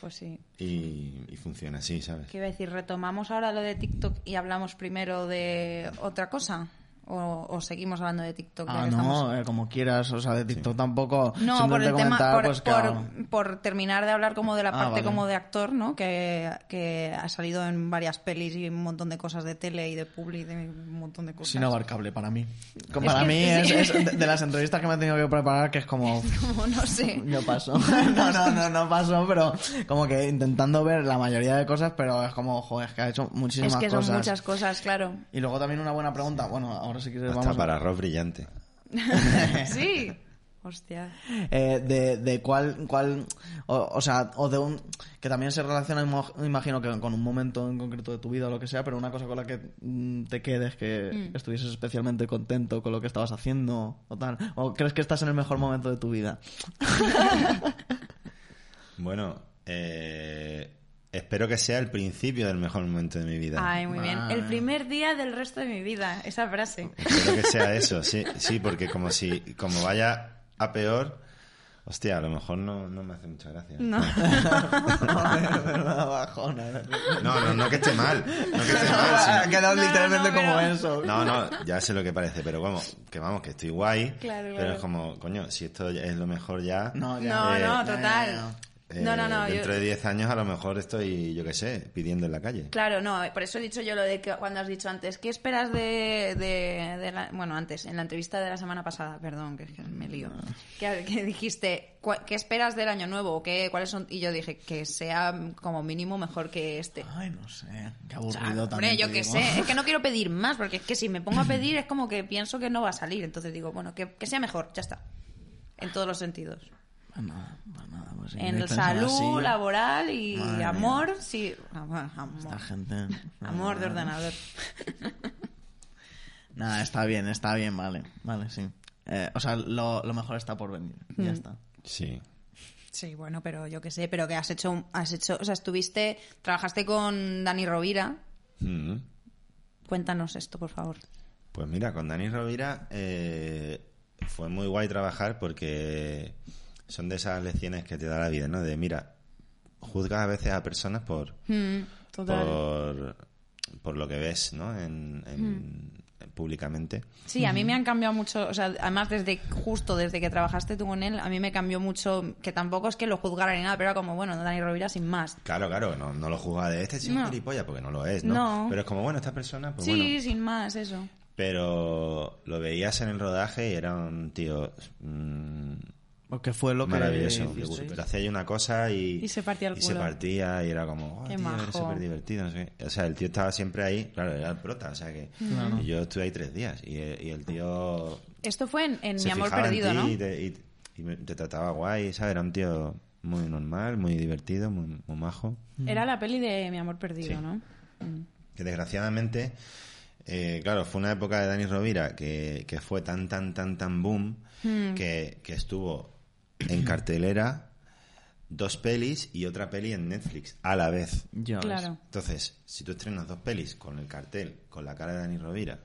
B: Pues sí.
C: Y, y funciona así, ¿sabes?
B: ¿Qué iba a decir? ¿Retomamos ahora lo de TikTok y hablamos primero de otra cosa? ¿O, o seguimos hablando de TikTok? ya
A: Ah,
B: que estamos-
A: no, eh, como quieras, o sea, de TikTok tampoco.
B: No, por
A: Simplemente
B: el tema,
A: comentar,
B: por,
A: pues, que, ah,
B: por, por terminar de hablar como de la
A: Ah,
B: parte
A: vale.
B: como de actor, ¿no? Que, que ha salido en varias pelis y un montón de cosas de tele y de publi y de un montón de cosas.
A: Es inabarcable para mí.
B: Es
A: para
B: que-
A: mí es,
B: sí.
A: es de- de las entrevistas que me he tenido que preparar que es como...
B: Como no sé.
A: No paso. No, no, no, no paso, pero como que intentando ver la mayoría de cosas, pero es como, joder, es que ha hecho muchísimas
B: Es que son
A: cosas.
B: muchas cosas, claro.
A: Y luego también una buena pregunta. Bueno, ahora sí que
C: Hasta
A: vamos... a-
C: para Rob brillante.
B: sí. Hostia.
A: Eh, de, de cuál, cuál o, o sea, o de un, que también se relaciona, imo- imagino que con un momento en concreto de tu vida o lo que sea, pero una cosa con la que mm, te quedes, que
B: Mm.
A: estuvieses especialmente contento con lo que estabas haciendo o tal, o crees que estás en el mejor momento de tu vida.
C: Bueno, eh, espero que sea el principio del mejor momento de mi vida.
B: Ay, muy bien.
A: Madre
B: El
A: mía.
B: primer día del resto de mi vida, esa frase.
C: Espero que sea eso, sí, sí, porque como si como vaya a peor, hostia, a lo mejor no, no me hace mucha gracia.
B: No.
A: Una bajona. ¿eh?
C: no, no, no que esté mal, no que esté mal, sino-
A: Ha quedado
B: No, no,
A: literalmente
B: no,
A: como
B: pero-
A: eso.
C: No, no, ya sé lo que parece, pero vamos, que vamos, que estoy guay.
B: Claro,
C: pero
B: claro.
C: es como, coño, si esto ya es lo mejor ya.
A: No, ya.
B: No,
C: Eh,
B: no,
A: no,
B: total.
C: eh,
B: No, no, no. yo-
C: Dentro de 10 años a lo mejor estoy, yo qué sé, pidiendo en la calle.
B: Claro, no, eh, por eso he dicho yo lo de que cuando has dicho antes, ¿qué esperas de, de- de la- Bueno, antes, en la entrevista de la semana pasada, perdón, que, es que me lío. Que, que dijiste, "Cua- ¿qué esperas del año nuevo? ¿Qué, ¿Cuáles son? Y yo dije, que sea como mínimo mejor que este.
A: Ay, no sé. Qué
B: O sea,
A: Ah, aburrido
B: hombre,
A: también.
B: yo
A: te
B: qué
A: digo.
B: sé, es que no quiero pedir más, porque es que si me pongo a pedir es como que pienso que no va a salir. Entonces digo, bueno, que, que sea mejor, ya está. En todos los sentidos.
A: Pues nada, pues nada, pues sí,
B: En
A: ir
B: el
A: pensando
B: salud,
A: así.
B: laboral y
A: Madre mía.
B: amor, sí. Amor,
A: Esta
B: amor,
A: gente.
B: amor de ordenador.
A: Nada, está bien, está bien, vale. Vale, sí. Eh, o sea, lo, lo mejor está por venir. Ya
B: Mm.
A: está.
C: Sí.
B: Sí, bueno, pero yo qué sé, pero que has hecho, un- has hecho, o sea, estuviste, trabajaste con Dani Rovira.
C: Mm.
B: Cuéntanos esto, por favor.
C: Pues mira, con Dani Rovira eh, fue muy guay trabajar porque son de esas lecciones que te da la vida, ¿no? De mira, juzgas a veces a personas por,
B: Hmm,
C: Ah. por, por lo que ves, ¿no? En, en-
B: Mm.
C: públicamente.
B: Sí, a mí me han cambiado mucho, o sea, además desde justo desde que trabajaste tú con él, a mí me cambió mucho, que tampoco es que lo juzgara ni nada, pero era como, bueno, Dani Rovira sin más.
C: Claro, claro, no, no lo juzga de este chico
B: No.
C: gilipollas porque no lo es, ¿no?
B: No.
C: Pero es como, bueno, esta persona, pues
B: sí,
C: bueno.
B: sin más, eso.
C: Pero lo veías en el rodaje y era un tío mm,
A: O que fue lo que.
C: maravilloso. que
A: hicisteis.
C: Pero hacía ahí una cosa y,
B: Y se partía el
C: y se
B: culo.
C: partía y era como, oh,
B: Qué
C: tío,
B: majo.
C: eres súper divertido. no sé qué. O sea, el tío estaba siempre ahí, claro, era el prota, o sea que... Y yo estuve ahí tres días y, el- y el tío
B: Esto fue en, en
C: se
B: Mi Amor
C: fijaba en
B: Perdido,
C: ti
B: ¿no?
C: Y te, y- y me- te trataba guay, ¿sabes? Era un tío muy normal, muy divertido, muy, muy majo.
B: Era la peli de Mi Amor Perdido,
C: Sí.
B: ¿no?
C: Que desgraciadamente, eh, claro, fue una época de Dani Rovira que, que fue tan, tan, tan, tan boom que, que estuvo en cartelera dos pelis y otra peli en Netflix a la vez.
A: Ya ves.
B: Claro.
C: Entonces, si tú estrenas dos pelis con el cartel, con la cara de Dani Rovira,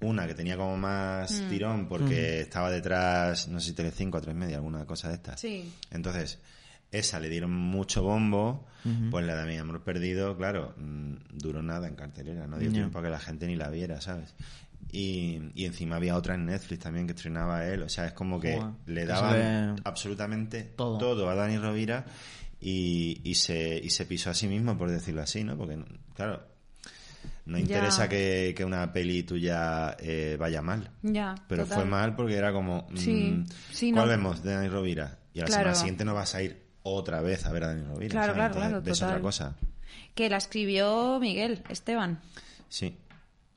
C: una que tenía como más tirón porque estaba detrás, no sé si Telecinco o Tres Media, alguna cosa de estas.
B: Sí.
C: Entonces, esa le dieron mucho bombo, pues la de Mi Amor Perdido, claro, mm, duró nada en cartelera, no dio
A: Ya.
C: tiempo a que la gente ni la viera, ¿sabes? Y, y encima había otra en Netflix también que estrenaba él, o sea, es como que
A: Joder,
C: le
A: que
C: daban
A: se le-
C: absolutamente
A: Todo.
C: todo. a Dani Rovira y, y se, y se pisó a sí mismo, por decirlo así, ¿no? Porque, claro, No
B: Ya.
C: interesa que, que una peli tuya eh, vaya mal.
B: Ya.
C: Pero
B: total.
C: fue mal porque era como. mm,
B: Sí, sí,
C: ¿Cuál
B: no.
C: vemos? De Dani Rovira. Y a la
B: Claro.
C: semana siguiente no vas a ir otra vez a ver a Dani Rovira.
B: Claro, claro,
C: ¿sabes? Entonces,
B: claro,
C: ves
B: total.
C: otra cosa.
B: Que la escribió Miguel, Esteban.
C: Sí.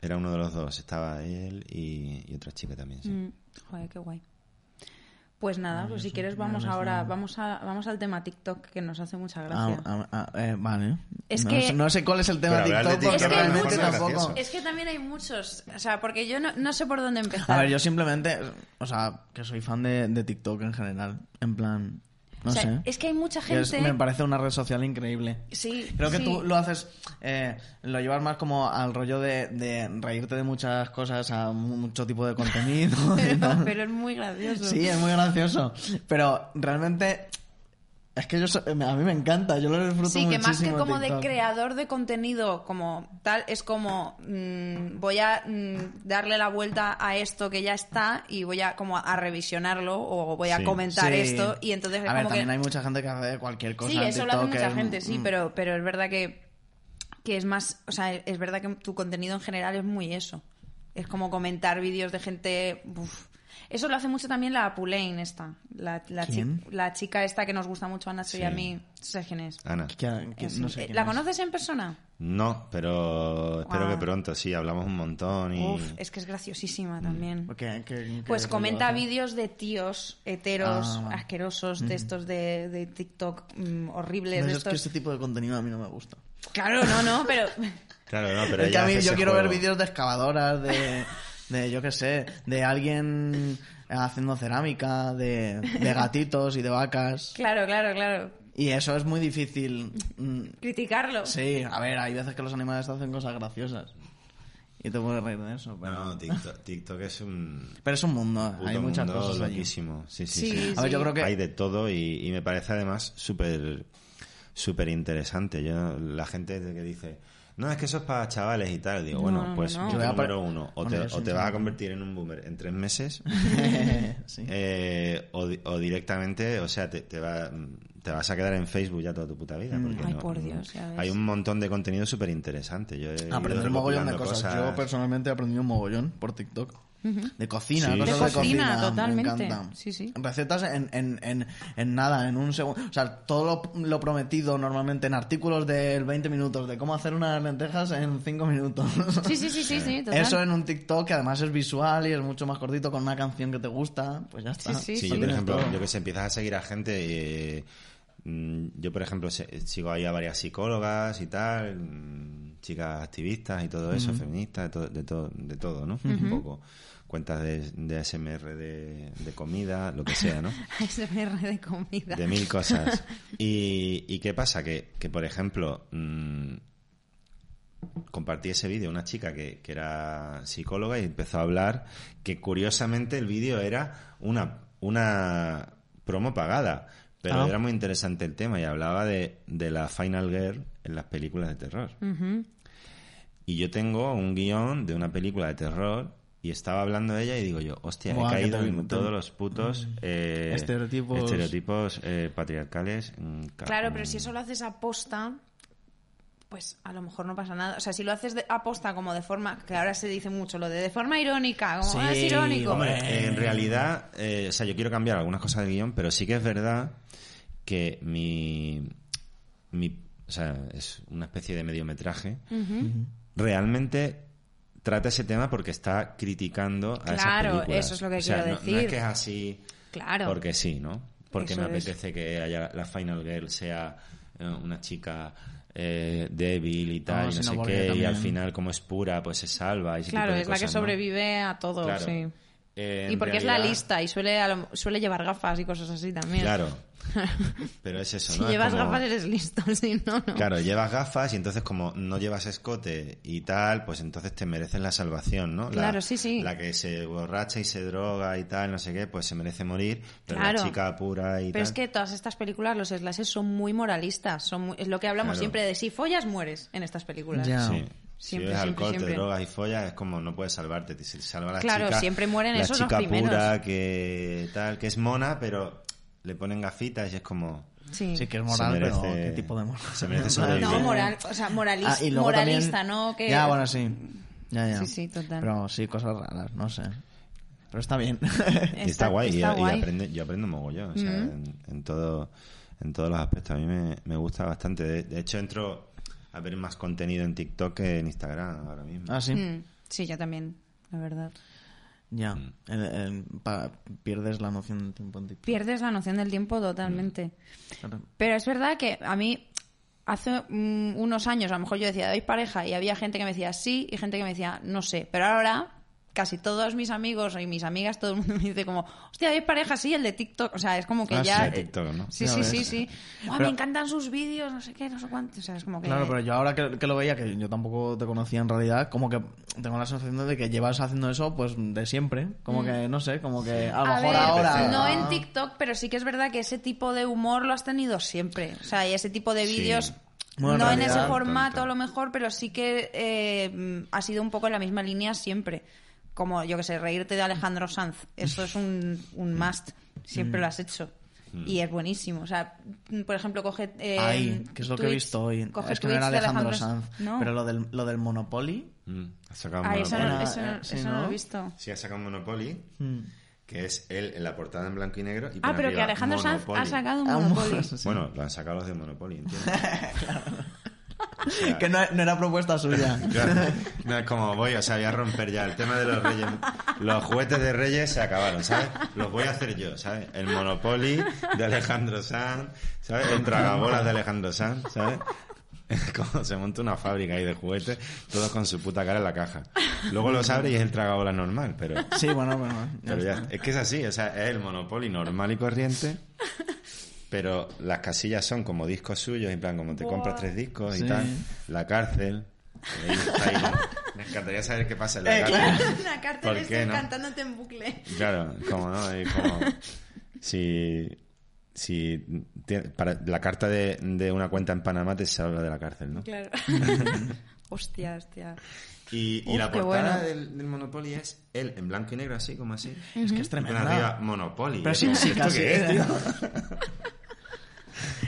C: Era uno de los dos. Estaba él y, y otra chica también. Sí.
B: Mm, Joder, qué guay. Pues nada, pues si quieres vamos ahora, vamos a, vamos al tema TikTok que nos hace mucha gracia.
A: Ah, ah, ah, eh, vale.
B: Es
A: no,
B: que-
A: sé- no sé cuál es el tema de
C: Pero hablar de
A: TikTok, porque
B: TikTok a lo mejor
A: realmente
B: no es
A: tampoco.
C: gracioso.
B: Es que también hay muchos, o sea, porque yo no, no sé por dónde empezar.
A: A ver, yo simplemente, o sea, que soy fan de, de TikTok en general. En plan, no
B: O sea,
A: sé.
B: Es que hay mucha
A: Es-
B: gente...
A: me parece una red social increíble.
B: Sí,
A: Creo que
B: sí.
A: tú lo haces, eh, lo llevas más como al rollo de, de reírte de muchas cosas, a mu- mucho tipo de contenido. y
B: Pero,
A: tal.
B: pero es muy gracioso.
A: Sí, es muy gracioso. Pero realmente, es que yo so- a mí me encanta, yo lo disfruto
B: Sí, que más que
A: muchísimo
B: como
A: TikTok.
B: de creador de contenido como tal, es como mm, voy a mm, darle la vuelta a esto que ya está y voy a como a revisionarlo o voy a
C: Sí.
B: comentar
A: Sí.
B: esto y entonces es
A: a ver,
B: como
A: también
B: que...
A: hay mucha gente que hace cualquier cosa
B: Sí,
A: en
B: eso lo hace
A: TikTok,
B: mucha
A: que-
B: gente, sí,
A: mm,
B: pero, pero es verdad que, que es más, o sea, es verdad que tu contenido en general es muy eso. Es como comentar vídeos de gente... uf. Eso lo hace mucho también la Apulain esta, la, la, chi-
A: ¿Quién?
B: la chica esta que nos gusta mucho a Nacho y
C: Sí.
B: a mí. ¿Sabes quién es?
C: Ana.
A: que- que
B: Es-
A: no sé
B: eh,
A: quién
B: ¿La
A: es.
B: conoces en persona?
C: No, pero espero
B: Guau.
C: que pronto. Sí, hablamos un montón y.
B: Uf, es que es
A: Mm.
B: graciosísima también.
A: ¿Qué- qué- qué
B: Pues
A: rollo
B: comenta
A: hace?
B: vídeos de tíos heteros,
A: Ah, vale.
B: asquerosos, de estos de, de TikTok mm, horribles.
A: No,
B: de
A: es que
B: estos...
A: este tipo de contenido a mí no me gusta.
B: Claro, no, no, pero...
C: Claro, no, pero
A: Es que
C: ella
A: a mí
C: hace
A: yo
C: ese
A: quiero ver
C: juego.
A: vídeos de excavadoras, de, de yo qué sé, de alguien haciendo cerámica, de, de gatitos y de vacas.
B: Claro, claro, claro.
A: Y eso es muy difícil. Mm,
B: Criticarlo.
A: Sí, a ver, hay veces que los animales hacen cosas graciosas. Y te puedes reír de eso, pero,
C: No, TikTok, TikTok es un.
A: pero es un mundo,
C: puto
A: hay muchas
C: mundo
A: cosas allí.
C: loquísimo. Sí, sí,
B: Sí,
C: sí.
A: A ver, yo creo que...
C: Hay de todo y, y me parece además súper súper interesante. Yo, la gente que dice, no, es que eso es para chavales y tal. Digo,
B: No,
C: bueno,
B: no,
C: pues
B: no.
C: tú
A: Yo voy a par-
C: número uno, o
A: Bueno,
C: te,
A: yo
C: o
A: soy
C: te
A: un
C: vas a
A: fan.
C: convertir en un boomer en tres meses,
A: sí.
C: eh, o, di- o directamente, o sea, te, te va- te vas a quedar en Facebook ya toda tu puta vida. Porque
B: Mm. Ay,
C: no-
B: por Dios, ya ves.
C: Hay un montón de contenido súper interesante. Yo he ido
A: Aprendí un mogollón de
C: recopilando
A: cosas. Yo personalmente he aprendido un mogollón por TikTok. De cocina,
C: Sí.
A: cosas
C: De
A: de,
B: cocina,
A: cocina, me
B: totalmente.
A: encantan.
B: Sí, sí.
A: Recetas en, en, en, en nada, en un segundo. O sea, todo lo, lo prometido normalmente en artículos de 20 minutos, de cómo hacer unas lentejas en 5 minutos.
B: Sí, sí, sí, sí, sí, total.
A: Eso en un TikTok que además es visual y es mucho más cortito con una canción que te gusta, pues ya está.
B: Sí, sí,
C: Sí,
B: sí.
C: yo por
A: Tienes
C: ejemplo,
A: todo.
C: yo que sé, empiezas a seguir a gente. eh, mm, yo, por ejemplo, se- sigo ahí a varias psicólogas y tal, mm, chicas activistas y todo eso, feministas, de, todo- de, todo- de todo, ¿no? Un poco. Cuentas de, de ASMR de, de comida, lo que sea, ¿no?
B: ASMR de comida.
C: De mil cosas. ¿Y, y qué pasa? Que, que, por ejemplo, mm, compartí ese vídeo una chica que, que era psicóloga y empezó a hablar que curiosamente el vídeo era una, una promo pagada, pero
A: Ah.
C: era muy interesante el tema y hablaba de, de la Final Girl en las películas de terror. Y yo tengo un guión de una película de terror y estaba hablando de ella y digo yo, hostia,
A: Buah,
C: he
A: que
C: caído
A: te-
C: en
A: te-
C: todos los putos eh,
A: Estereotipos.
C: estereotipos, eh, patriarcales. mm, ca-
B: Claro, pero si
C: mm,
B: eso lo haces a posta, pues a lo mejor no pasa nada. O sea, si lo haces de- a posta como de forma, que ahora se dice mucho lo de de forma irónica, como
A: Sí,
B: "Ah, es irónico.
A: hombre.
C: Eh, en realidad, eh, o sea, yo quiero cambiar algunas cosas del guión, pero sí que es verdad que mi. mi o sea, es una especie de mediometraje. Realmente trata ese tema porque está criticando a esas
B: Claro,
C: películas.
B: eso es lo que
C: O sea,
B: quiero
C: no- No es
B: decir.
C: que es así
B: Claro.
C: porque sí, ¿no? Porque
B: Eso
C: me
B: es.
C: apetece que haya la Final Girl sea eh, una chica eh, débil
B: Oh,
C: y tal,
A: No,
C: y no
A: sino
C: sé
A: porque
C: qué, y al
A: también-
C: final, como es pura, pues se salva. y ese
B: Claro,
C: tipo de
B: es la que
C: cosas, ¿no?
B: sobrevive a todo,
C: Claro.
B: sí.
C: Eh,
B: Y
C: en
B: porque es la
C: realidad-
B: lista y suele, a lo- suele llevar gafas y cosas así también.
C: Claro. Pero es eso,
B: Si
C: ¿no? Es
B: llevas
C: como-
B: gafas eres listo, si no, no.
C: Claro, llevas gafas y entonces como no llevas escote y tal, pues entonces te mereces la salvación, ¿no? La-
B: Claro, sí, sí.
C: La que se borracha y se droga y tal, no sé qué, pues se merece morir, pero
B: Claro.
C: la chica pura y
B: Pero es
C: tal.
B: que todas estas películas, los slashes son muy moralistas. Son muy- es lo que hablamos
C: Claro.
B: siempre de si follas, mueres en estas películas.
A: Ya.
C: Sí.
B: Siempre,
C: si
B: siempre,
C: bebes alcohol,
B: siempre.
C: te drogas y follas, es como no puedes salvarte. Te se- salva la
B: Claro,
C: chica.
B: siempre mueren
C: la
B: esos los
C: chica
B: primeros.
C: pura que tal, que es mona, pero le ponen gafitas y es como.
B: Sí.
A: Sí que es moral,
C: Se merece-
A: pero ¿qué tipo de moral?
C: se merece sobrevivir.
B: No, moral, o sea, moralis-
A: Ah, y luego
B: moralista,
A: también-
B: ¿no? Que...
A: Ya, bueno, sí. Ya, ya.
B: Sí, sí, total.
A: Pero sí, cosas raras, no sé. Pero está bien.
C: Y está, guay, y- y, aprende- yo aprendo mogollón, o sea, en, en todo, en todos los aspectos. A mí me, me gusta bastante. De, de hecho, entro a ver más contenido en TikTok que en Instagram ahora mismo.
A: ah, sí.
B: Mm, sí, yo también, la verdad.
A: Ya. El- el- pa- pierdes la noción del tiempo en TikTok.
B: Pierdes la noción del tiempo totalmente. Pero es verdad que a mí hace mm, unos años a lo mejor yo decía, ¿doy pareja? Y había gente que me decía sí y gente que me decía no sé. Pero ahora casi todos mis amigos y mis amigas, todo el mundo me dice como, hostia, ¿doy pareja? Sí, el de TikTok. O sea, es como que
A: Ah,
B: ya... eh,
A: sí,
C: el de TikTok, ¿no?
B: Sí,
A: Ya
B: sí,
A: ves.
B: sí, sí. Buah,
A: Pero-
B: Me encantan sus vídeos, no sé qué, no sé cuánto. O sea, es como que...
A: Claro, pero yo ahora que, que lo veía, que yo tampoco te conocía en realidad, como que tengo la sensación de que llevas haciendo eso pues de siempre. Como que, no sé, como que a lo mejor
B: Mm. ver,
A: ahora...
B: No en TikTok, pero sí que es verdad que ese tipo de humor lo has tenido siempre. O sea, y ese tipo de
C: Sí.
B: vídeos.
A: Bueno, en
B: no en
A: realidad,
B: ese formato
C: tanto.
B: a lo mejor, pero sí que eh, mm, ha sido un poco en la misma línea siempre. Como, yo que sé, reírte de Alejandro Sanz. Eso es un, un
A: Mm.
B: must. Siempre lo has hecho. Y es buenísimo. O sea, mm, por ejemplo, coge. eh,
A: Ay, que es lo que he
B: tweets-
A: visto hoy.
B: coge
A: Es que no era
B: tweets de
A: Alejandro Sanz.
B: No.
A: Pero lo del, lo del Monopoly...
C: Mm, ha sacado
B: Ah, eso no,
C: Monopoly.
B: eso no-
A: eh, sí,
B: eso no
A: ¿no?
B: lo he visto.
C: Sí, ha sacado Monopoly,
A: mm,
C: que es él en la portada en blanco y negro. Y
B: Ah,
C: pone
B: pero que
C: arriba,
B: Alejandro Sanz ha
C: Monopoly.
B: sacado un
A: a Ah, un-
B: Monopoly.
A: sí.
C: Bueno, lo han sacado los de Monopoly, entiendo. O sea,
A: Que no, no era propuesta suya.
C: Claro. No, es como voy, o sea, voy a romper ya el tema de los reyes. Los juguetes de reyes se acabaron, ¿sabes? Los voy a hacer yo, ¿sabes? El Monopoly de Alejandro Sanz, ¿sabes? El Tragabolas de Alejandro Sanz, ¿sabes? Es Como se monta una fábrica ahí de juguetes, todos con su puta cara en la caja. Luego los abre y es el Tragabolas normal, pero...
A: Sí, bueno, bueno. ya
C: pero ya-
A: está.
C: es que es así, o sea, es el Monopoly normal y corriente, pero las casillas son como discos suyos, en plan, como te compras tres discos
A: Sí.
C: y tal. La cárcel. que ahí está ahí. Me encantaría saber qué pasa en la
A: Eh,
C: cárcel.
B: Una carta
C: ¿Por
B: le
C: qué
B: estoy
C: no?
B: cantándote en bucle.
C: Claro, como no, ahí como. Si. Si ti- para la carta de, de una cuenta en Panamá te salva de la cárcel, ¿no?
B: Claro. hostia, hostia.
C: Y, y
B: Uf,
C: la
B: qué
C: portada
B: bueno.
C: del, del Monopoly es él en blanco y negro, así como así.
A: Es que es
C: Y pone
A: tremenda.
C: arriba Monopoly.
A: Pero
C: Y
A: sí,
C: como,
A: sí,
C: ¿esto
A: casi.
C: qué es, tío?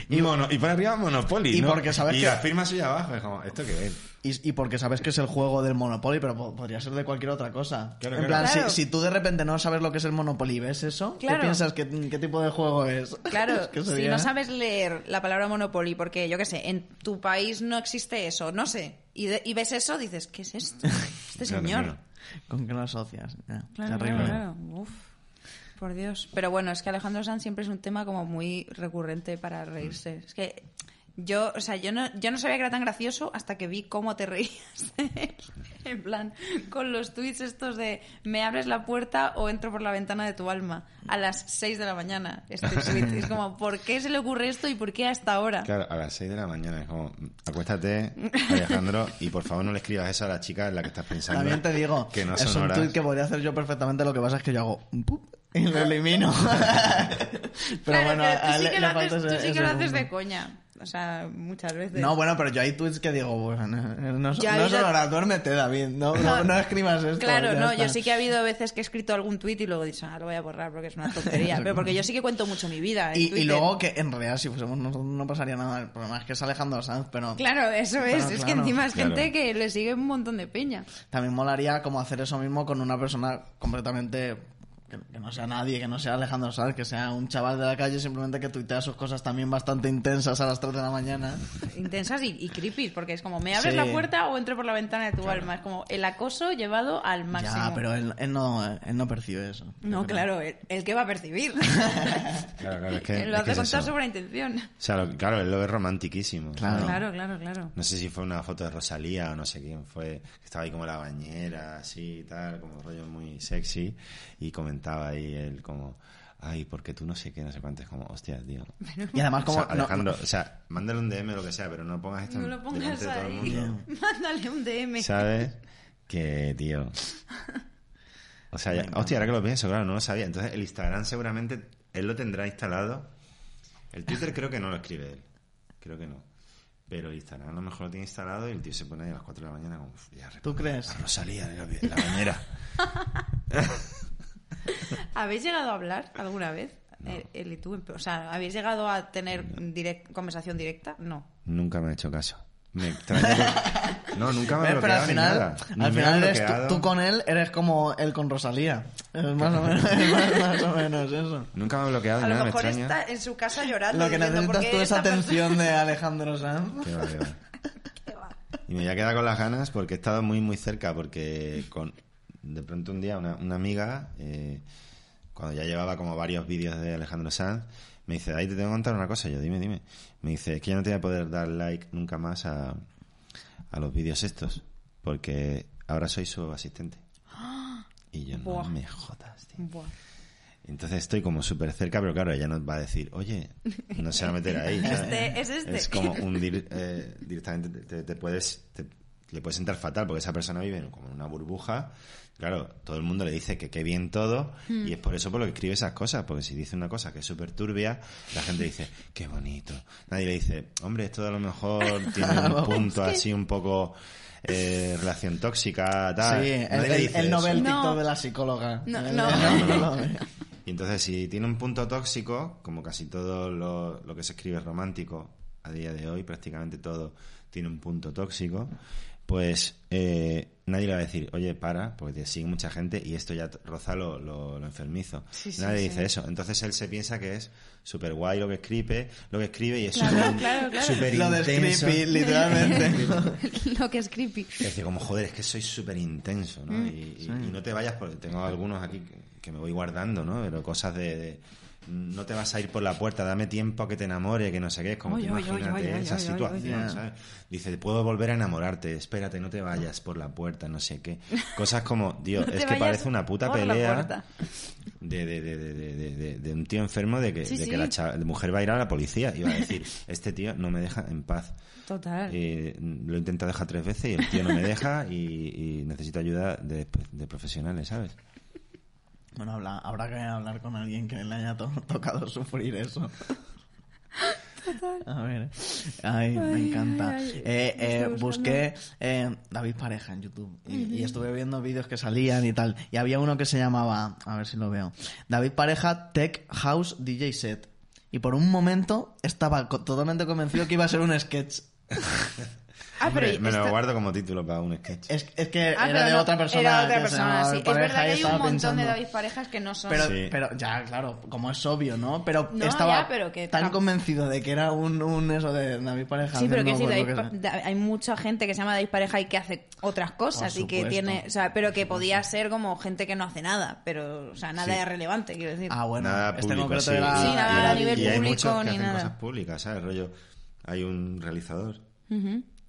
C: Y, mono, y pone arriba Monopoly.
A: Y
C: ¿no?
A: porque sabes
C: y
A: que-
C: la firma suya abajo. Es como, ¿esto qué es?
B: Este
A: Y, y porque sabes que es el juego del Monopoly, pero po- podría ser de cualquier otra cosa.
C: Claro,
A: en
C: claro.
A: plan,
B: Claro.
A: Si, si tú de repente no sabes lo que es el Monopoly y ves eso, ¿qué
B: Claro.
A: piensas? ¿Qué, qué tipo de juego es?
B: Claro,
A: Es que
B: si
A: sería-
B: no sabes leer la palabra Monopoly, porque yo qué sé, en tu país no existe eso, no sé, y, de- y ves eso, dices, ¿qué es esto? Este
C: Claro,
B: señor.
C: claro.
A: ¿Con qué lo asocias? Ya,
B: Claro,
A: terrible.
B: claro, claro. Uf, por Dios. Pero bueno, es que Alejandro Sanz siempre es un tema como muy recurrente para reírse.
A: Mm.
B: Es que yo, o sea, yo no, yo no sabía que era tan gracioso hasta que vi cómo te reías. de él. en plan, con los tweets estos de me abres la puerta o entro por la ventana de tu alma a las 6 de la mañana. Este tweet. Es como, ¿por qué se le ocurre esto y por qué hasta ahora?
C: Claro, a las 6 de la mañana es como, acuéstate, Alejandro, y por favor no le escribas eso a la chica en la que estás pensando.
A: También te digo,
C: que no
A: es un
C: son horas.
A: tweet que podría hacer yo perfectamente, lo que pasa es que yo hago un pup y lo elimino. pero
B: Claro,
A: bueno,
B: pero
A: a
B: tú sí
A: él
B: que
A: le
B: lo
A: falta
B: haces, tú
A: ese-
B: sí que
A: ese
B: lo haces de
A: punto.
B: coña. O sea, muchas veces.
A: No, bueno, pero yo hay tweets que digo, bueno, no, no
B: Ya, ya-
A: es hora, duérmete, David, no, no, no escribas esto.
B: Claro,
A: ya
B: no,
A: está.
B: yo sí que ha habido veces que he escrito algún tuit y luego he dicho, ah, lo voy a borrar porque es una tontería. Pero porque yo sí que cuento mucho mi vida. en
A: Y, y
B: Twitter.
A: luego que en realidad si fuésemos nosotros no pasaría nada. El problema es que es Alejandro Sanz, pero
B: Claro, eso es.
A: Claro,
B: es que
A: claro.
B: encima es
C: Claro.
B: gente que le sigue un montón de peña.
A: también molaría como hacer eso mismo con una persona completamente... Que, que no sea nadie, que no sea Alejandro Sanz, que sea un chaval de la calle simplemente que tuitea sus cosas también bastante intensas a las 3 de la mañana.
B: Intensas y, y creepy, porque es como, me abres
A: Sí.
B: la puerta o entro por la ventana de tu alma. Es como el acoso llevado al máximo.
A: Ya, pero él, él no, él no percibe eso.
B: No, claro, el, el que va a percibir.
C: Claro, claro, es que,
B: lo
C: es
B: hace
C: que es
B: con
C: eso.
B: toda su buena intención.
C: O sea, lo- claro, él lo ve romantiquísimo.
A: Claro.
B: Claro, claro, claro.
C: No sé si fue una foto de Rosalía o no sé quién fue, que estaba ahí como en la bañera, así y tal, como rollo muy sexy, y comentaba ahí él como, ay, porque tú no sé qué, no sé cuánto, es como, hostia, tío.
A: Y además Ah,
C: O
A: como...
C: sea,
A: no-
C: Alejandro, o sea, mándale un DM o lo que sea, pero no pongas esto
B: No lo
C: delante
B: pongas
C: de todo el
B: ahí.
C: mundo.
B: Mándale un DM.
C: ¿Sabes? Que, tío. O sea, ya- hostia, ahora que lo pienso, claro, no lo sabía. Entonces, el Instagram seguramente él lo tendrá instalado. El Twitter creo que no lo escribe él. Creo que no. Pero el Instagram a lo mejor lo tiene instalado y el tío se pone ahí a las 4 de la mañana como... "Uf, Ya,
A: ¿Tú crees?
C: a Rosalía en la, en la bañera.
B: ¿Habéis llegado a hablar alguna vez? eh, él y tú? O sea, ¿habéis llegado a tener direct- conversación directa? No.
C: Nunca me ha hecho caso. Me extraña que- No, nunca me ha
A: Eh, Pero
C: bloqueado
A: al
C: ni
A: final,
C: nada. Ni
A: al
C: me ha
A: final eres
C: bloqueado.
A: tú, tú con él eres como él con Rosalía. Es más o menos, es más, más o menos eso.
C: Nunca me ha bloqueado
B: A
C: ni
B: lo
C: nada, Ah, me
B: mejor
C: extraña.
B: está en su casa llorando.
A: Lo que
B: diciendo, ¿por
A: necesitas
B: qué
A: tú es
B: esta
A: atención de Alejandro Sanz.
C: Qué va, qué va. Y me voy a quedar con las ganas porque he estado muy, muy cerca. Porque con, de pronto un día una, una amiga, eh, cuando ya llevaba como varios vídeos de Alejandro Sanz, me dice, ahí te tengo que contar una cosa. Yo, dime, dime. Me dice, es que yo no te voy a poder dar like nunca más a, a los vídeos estos. Porque ahora soy su asistente. Y yo, no
B: Buah.
C: me jodas, tío.
B: Buah.
C: Entonces estoy como súper cerca, pero claro, ella nos va a decir, oye, no se va a meter ahí. ¿sabes?
B: Este, es este.
C: como hundir eh, directamente, te, te- te puedes, te- le puedes entrar fatal, porque esa persona vive en- como en una burbuja. Claro, todo el mundo le dice que qué bien todo,
A: Hmm.
C: y es por eso por lo que escribe esas cosas, porque si dice una cosa que es súper turbia, la gente dice, qué bonito. Nadie le dice, hombre, esto a lo mejor tiene un punto así un poco eh, relación tóxica, tal.
A: Sí, el,
C: Nadie le
A: el-
C: dice
A: el
C: eso.
A: novel
B: No.
A: TikTok de la psicóloga.
B: No,
A: El-
B: no.
C: Y entonces, si tiene un punto tóxico, como casi todo lo, lo que se escribe romántico a día de hoy, prácticamente todo tiene un punto tóxico, pues eh, nadie le va a decir, oye, para, porque te sigue mucha gente y esto ya t- roza lo, lo- lo enfermizo.
B: Sí, sí,
C: nadie
B: sí.
C: dice eso. Entonces él se piensa que es súper guay lo que escribe, lo que escribe y es
B: Claro,
C: súper
B: claro, claro.
C: súper
A: Lo de
C: intenso.
A: creepy, literalmente.
B: Lo que es creepy.
C: Es decir, como joder, es que soy súper intenso, ¿no?
B: Mm,
C: Y, y- y no te vayas porque tengo algunos aquí que- que me voy guardando, ¿no? Pero cosas de, de, no te vas a ir por la puerta, dame tiempo a que te enamore, que no sé qué, es como
B: Oye,
C: que
B: oye, oye,
C: imagínate
B: oye, oye,
C: esa
B: oye,
C: situación,
A: oye.
C: ¿sabes? Dice, puedo volver a enamorarte, espérate, no te vayas por la puerta, no sé qué. Cosas como, Dios,
B: No te
C: es que
B: vayas
C: parece una puta
B: por la
C: pelea
B: puerta.
C: de, de, de, de, de, de- de- de un tío enfermo de que,
B: Sí,
C: de
B: sí.
C: que la, cha- la mujer va a ir a la policía y va a decir, este tío no me deja en paz.
B: Total.
C: Eh, lo he intentado dejar tres veces y el tío no me deja y, y necesito ayuda de, de profesionales, ¿sabes?
A: Bueno, habla- habrá que hablar con alguien que le haya to- tocado sufrir eso. A ver, ay, me encanta.
B: ay, ay.
A: Eh, eh,
B: Estoy buscando.
A: busqué eh, David Pareja en YouTube y, y estuve viendo vídeos que salían y tal. Y había uno que se llamaba, a ver si lo veo, David Pareja Tech House DJ Set. Y por un momento estaba co- totalmente convencido que iba a ser un sketch.
B: Ah, pero
C: Hombre, me lo
B: esta-
C: guardo como título para un sketch.
A: Es, es que
B: Ah,
A: era
B: pero
A: de
B: no,
A: otra persona.
B: Era otra
A: que se
B: persona,
A: llamaba
B: sí.
A: David
B: Es verdad
A: Pareja y
B: que hay un
A: estaba
B: montón
A: pensando-
B: de David Parejas que no son.
A: Pero,
C: Sí.
A: pero ya, claro, como es obvio, ¿no? Pero
B: No,
A: estaba
B: ya, pero que-
A: tan convencido de que era un, un eso de David Pareja.
B: Sí, pero que
A: haciendo,
B: sí,
A: pues,
B: David
A: lo
B: Pa-
A: sea.
B: Da- hay mucha gente que se llama David Pareja y que hace otras cosas
A: Por
B: y que
A: supuesto.
B: tiene, o sea, pero que podía ser como gente que no hace nada, pero, o sea, nada
C: Sí.
B: es relevante, quiero decir.
A: Ah, bueno,
C: nada
A: este
C: público,
A: concreto
C: sí.
A: era...
B: Sí, nada,
A: era-
B: a nivel
C: y hay
B: público
C: muchos que
B: ni
C: hacen
B: nada.
C: cosas públicas, ¿sabes? Rollo, hay un realizador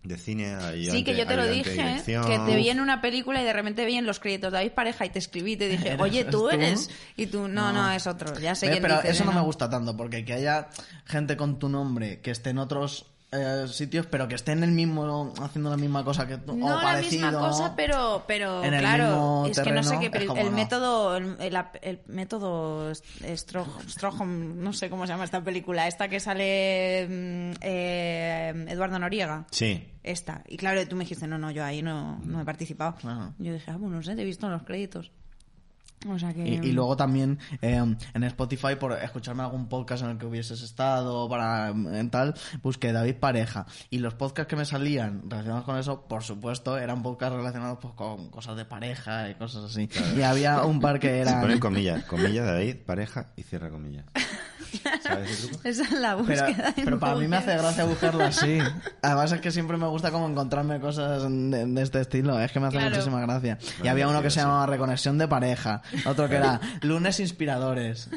C: de cine, hay
B: Sí, que
C: ayudante-
B: yo te lo
C: ayudante de
B: dije, ¿eh?
C: dirección.
B: que te vi en una película y de repente vi en los créditos David Pareja y te escribí y te dije, oye,
A: ¿Eres
B: ¿tú
A: tú?
B: eres? Y tú, no, no,
A: No.
B: es otro, ya sé
A: Eh,
B: quién
A: pero
B: dices,
A: eso
B: ¿eh?
A: no me gusta tanto, porque que haya gente con tu nombre que esté en otros eh, sitios, pero que esté en el mismo, haciendo la misma cosa que tú,
B: No
A: o
B: la
A: parecido.
B: misma cosa, pero, pero
A: en el
B: claro,
A: mismo
B: es que no sé
A: terreno,
B: qué,
A: es
B: pero
A: como
B: el,
A: no.
B: método, el, el ap- el método Stro- Strohom, no sé cómo se llama esta película, esta que sale mm, eh, Eduardo Noriega.
C: Sí,
B: Esta. Y claro, tú me dijiste, no, no, yo ahí no, no he participado.
A: Claro.
B: Yo dije, ah, bueno, no sé, te he visto en los créditos. O sea que...
A: Y, y luego también eh, en Spotify, por escucharme algún podcast en el que hubieses estado, para em, en tal, busqué David Pareja. Y los podcasts que me salían relacionados con eso, por supuesto, eran podcasts relacionados pues, con cosas de pareja y cosas así. Y había un par que
C: se
A: era...
C: ponen comillas, comillas David, pareja y cierra comillas. ¿Sabes ese truco?
B: Esa es la
A: Pero,
B: búsqueda. en
A: pero para mí me hace
B: Google.
A: gracia buscarlo así. Además es que siempre me gusta como encontrarme cosas de, de este estilo. Es que me hace
B: Claro.
A: muchísima gracia. Y
C: Bueno,
A: había uno que
C: tío,
A: se
C: sí.
A: llamaba Reconexión de pareja. Otro que era Lunes Inspiradores.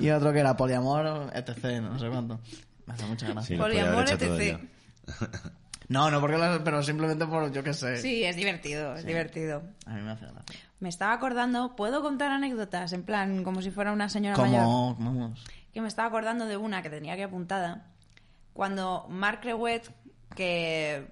A: Y otro que era Poliamor, etc. No sé cuánto. Me hace mucha gracia.
C: Sí, lo podía
B: Poliamor,
C: haber hecho todo
B: etc.
C: yo.
A: No, no, porque lo- pero simplemente por, yo qué sé.
B: Sí, es divertido, es divertido.
A: A mí me hace gracia.
B: Me estaba acordando, puedo contar anécdotas, en plan, como si fuera una señora mayor.
A: Como, vamos.
B: que me estaba acordando de una que tenía que apuntada, cuando Mark Rewet, que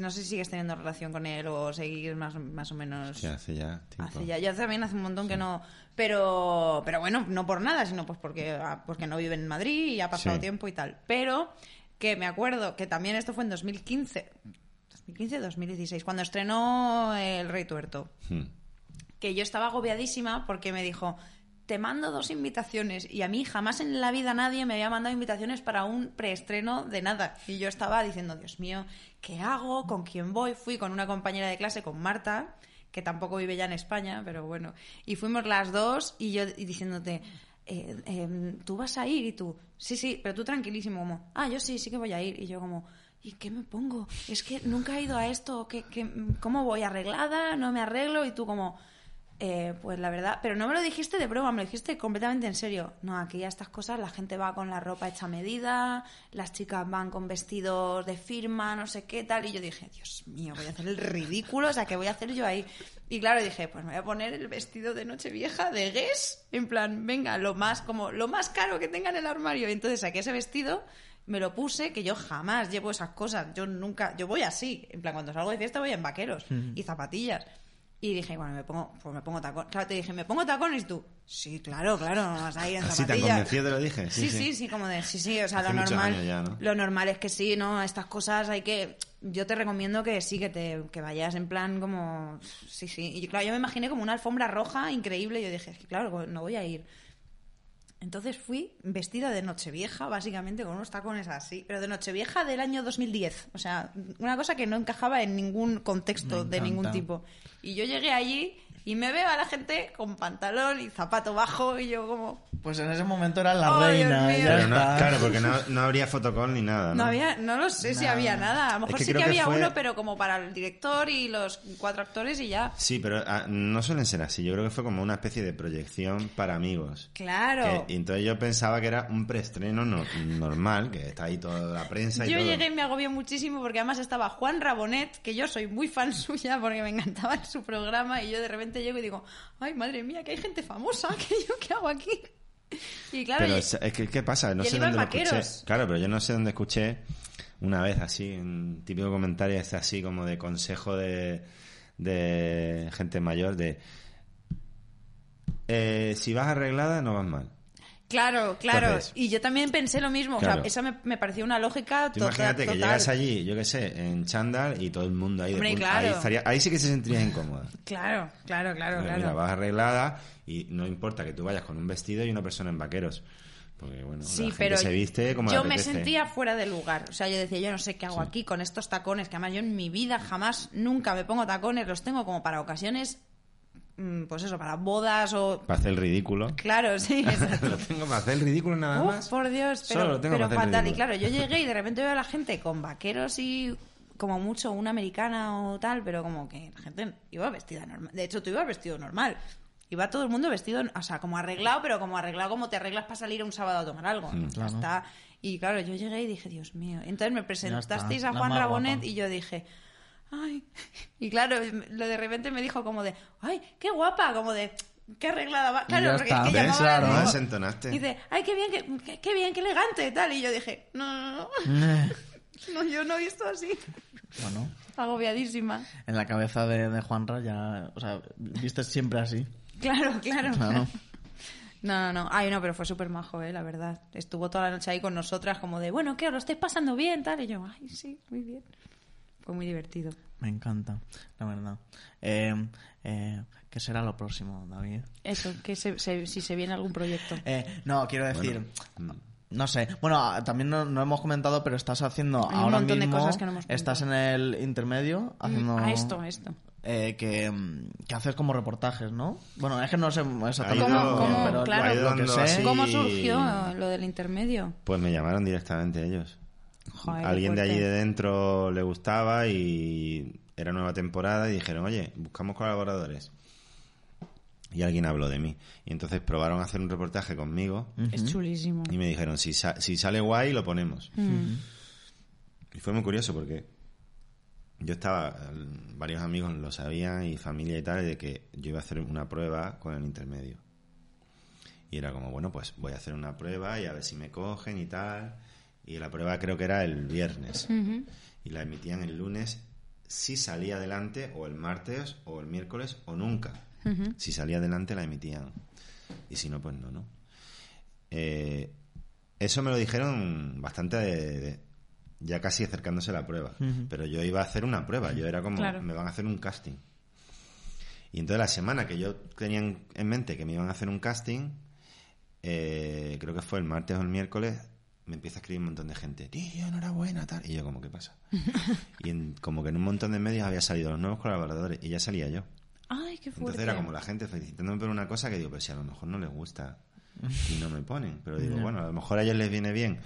B: no sé si sigues teniendo relación con él o seguir más, más o menos...
C: Sí, hace ya tiempo.
B: Hace ya, ya también hace un montón que no, pero, pero bueno, no por nada, sino pues porque, ah, porque no vive en Madrid y ha pasado
C: Sí.
B: tiempo y tal. Pero que me acuerdo que también esto fue en 2015, 2015, 2016, cuando estrenó El Rey Tuerto
C: Hmm.
B: que yo estaba agobiadísima porque me dijo, te mando dos invitaciones. Y a mí jamás en la vida nadie me había mandado invitaciones para un preestreno de nada. Y yo estaba diciendo, Dios mío, ¿qué hago? ¿Con quién voy? Fui con una compañera de clase, con Marta, que tampoco vive ya en España, pero bueno. Y fuimos las dos y yo y diciéndote, eh, eh, tú vas a ir y tú, sí, sí, pero tú tranquilísimo, como, ah, yo sí, sí que voy a ir. Y yo como, ¿y qué me pongo? Es que nunca he ido a esto, ¿qué, qué, cómo voy arreglada? ¿No me arreglo? Y tú como, eh, pues la verdad, pero no me lo dijiste de broma, me lo dijiste completamente en serio. No, aquí a estas cosas la gente va con la ropa hecha a medida, las chicas van con vestidos de firma, no sé qué tal. Y yo dije, Dios mío, voy a hacer el ridículo, o sea, ¿qué voy a hacer yo ahí? Y claro, dije, pues me voy a poner el vestido de Nochevieja de Guess, en plan, venga, lo más, como, lo más caro que tenga en el armario. Y entonces saqué ese vestido me lo puse, que yo jamás llevo esas cosas. Yo nunca, yo voy así. En plan, cuando salgo de fiesta voy en vaqueros y zapatillas. Y dije, bueno, me pongo, pues me pongo tacones. Claro, te dije, ¿me pongo tacones? Y tú, sí, claro, claro, no vas a ir en
C: Así tan
B: zapatillas.
C: convencido te lo dije.
B: Sí, sí, sí, como de, sí, sí, o sea,
C: Hace
B: lo
C: muchos
B: normal,
C: años ya, ¿no?
B: lo normal es que sí, ¿no? Estas cosas hay que, yo te recomiendo que sí, que te, que vayas en plan como, sí, sí. Y claro, yo me imaginé como una alfombra roja increíble y yo dije, es que claro, no voy a ir. Entonces fui vestida de Nochevieja, básicamente con unos tacones así, pero de Nochevieja del año 2010. O sea, una cosa que no encajaba en ningún contexto
A: Me
B: de ningún
A: encanta.
B: tipo. Y yo llegué allí y me veo a la gente con pantalón y zapato bajo y yo como...
A: Pues en ese momento era la
B: Oh, Dios
A: reina.
B: mío.
A: ya
C: Pero no-
A: está.
C: claro, porque no, no habría fotocall ni nada.
B: No,
C: ¿no?
B: había, no lo sé si había nada. A lo mejor
C: que
B: sí que
C: creo que
B: había
C: fue-
B: uno, pero como para el director y los cuatro actores y ya.
C: Sí, pero ah, no suelen ser así. Yo creo que fue como una especie de proyección para amigos.
B: Claro.
C: Que- y entonces yo pensaba que era un preestreno no- normal, que está ahí toda la prensa y
B: Yo
C: todo.
B: llegué y me agobié muchísimo porque además estaba Juan Rabonet, que yo soy muy fan suya porque me encantaba su programa y yo de repente llego y digo, ay madre mía, que hay gente famosa, que yo qué hago aquí. Y claro,
C: pero
B: y-
C: es, es que, ¿qué pasa? No
B: y él
C: sé
B: iba en
C: dónde lo
B: vaqueros.
C: escuché. Claro, pero yo no sé dónde escuché una vez así, un típico comentario este así como de consejo de, de gente mayor de... eh, si vas arreglada no vas mal.
B: claro, claro.
C: Entonces-
B: y yo también pensé lo mismo, o
C: Claro.
B: sea, esa me, me pareció una lógica
C: Tú
B: to-
C: imagínate que
B: total.
C: llegas allí, yo qué sé, en chándal y todo el mundo ahí de
B: Hombre,
C: punta.
B: claro.
C: Ahí, estaría- ahí sí que se sentiría incómoda.
B: Claro, claro, claro,
C: Mira,
B: claro.
C: mira, vas arreglada y no importa que tú vayas con un vestido y una persona en vaqueros. Porque bueno,
B: Sí,
C: la gente
B: pero
C: se viste como le
B: yo me
C: apetece.
B: sentía fuera de lugar. O sea, yo decía, yo no sé qué hago aquí con estos tacones, que además yo en mi vida jamás, nunca me pongo tacones, los tengo como para ocasiones, mm, pues eso, para bodas o...
C: Para hacer el ridículo.
B: Claro, sí, exacto.
C: Lo tengo para hacer el ridículo nada
B: Uf,
C: más.
B: por Dios,
C: Solo
B: pero,
C: lo tengo
B: pero
C: para hacer el
B: fatal. Y
C: ridículo.
B: claro, yo llegué y de repente veo a la gente con vaqueros y como mucho una americana o tal, pero como que la gente iba vestida normal. De hecho, tú ibas vestido normal. Iba todo el mundo vestido, o sea, como arreglado, pero como arreglado como te arreglas para salir un sábado a tomar algo. Ya
A: Mm, claro.
B: está. Y claro, yo llegué y dije, Dios mío. Entonces me presentasteis
A: está,
B: a
A: la
B: Juan
A: más
B: Rabonet
A: guapa.
B: y yo dije, ay. Y claro, em, lo de repente me dijo como de, ay, qué guapa, como de, qué arreglada va. Claro,
A: ya
B: porque
A: está.
B: es que
A: ¿Ves?
B: llamaba-
A: Claro.
B: digo,
C: No desentonaste.
B: Dice, ay, qué bien, qué, qué- qué bien, qué elegante, tal. Y yo dije, no, no, no, no, yo no he visto así.
A: Bueno,
B: Agobiadísima.
A: en la cabeza de, de Juanra ya. O sea, viste siempre así.
B: Claro, claro.
A: Claro.
B: No, no, no. Ay, no, pero fue súper majo, eh, la verdad. Estuvo toda la noche ahí con nosotras como de, bueno, ¿qué? ¿Lo estáis pasando bien? Tal. Y yo, ay, sí, muy bien. Fue muy divertido.
A: Me encanta, la verdad. Eh, eh, ¿Qué será lo próximo, David?
B: Eso, que se- se- si se viene algún proyecto.
A: Eh, no, quiero decir.
C: Mm.
A: No sé. Bueno, ah, también no, no hemos comentado, pero estás haciendo
B: Hay un
A: ahora
B: montón de
A: mismo.
B: cosas que no hemos Mm,
A: estás en el intermedio haciendo.
B: A esto, a esto.
A: eh, que, mm, que haces como reportajes, ¿no? Bueno, es que no sé exactamente
B: ¿Cómo-
A: muy bien,
B: cómo?
A: pero
B: Claro.
A: lo que
C: Dando
A: sé.
C: así.
B: ¿Cómo
C: Sí.
B: surgió lo del intermedio?
C: Pues me llamaron directamente ellos.
B: Joder, qué
C: Alguien de allí
B: fuerte.
C: de dentro le gustaba y era nueva temporada y dijeron, oye, buscamos colaboradores. Y alguien habló de mí. Y entonces probaron a hacer un reportaje conmigo
B: Es chulísimo.
C: y me dijeron, si, sa- si sale guay, lo ponemos. Y fue muy curioso porque yo estaba, varios amigos lo sabían y familia y tal, de que yo iba a hacer una prueba con el intermedio. Y era como, bueno, pues voy a hacer una prueba y a ver si me cogen y tal. Y la prueba creo que era el viernes. Y la emitían el lunes si salía adelante o el martes o el miércoles o nunca. Si salía adelante la emitían. Y si no, pues no, ¿no? Eh, eso me lo dijeron bastante de- de- ya casi acercándose a la prueba. Pero yo iba a hacer una prueba. Yo era como,
B: Claro.
C: me van a hacer un casting. Y entonces la semana que yo tenía en en mente que me iban a hacer un casting, eh, creo que fue el martes o el miércoles, me empieza a escribir un montón de gente, tío, enhorabuena, tal. Y yo como, ¿qué pasa? y en- como que en un montón de medios había salido los nuevos colaboradores y ya salía yo.
B: Ay, qué fuerte.
C: Entonces era como la gente felicitándome por una cosa que digo, pero si a lo mejor no les gusta y no me ponen. Pero digo, bueno, a lo mejor a ellos les viene bien,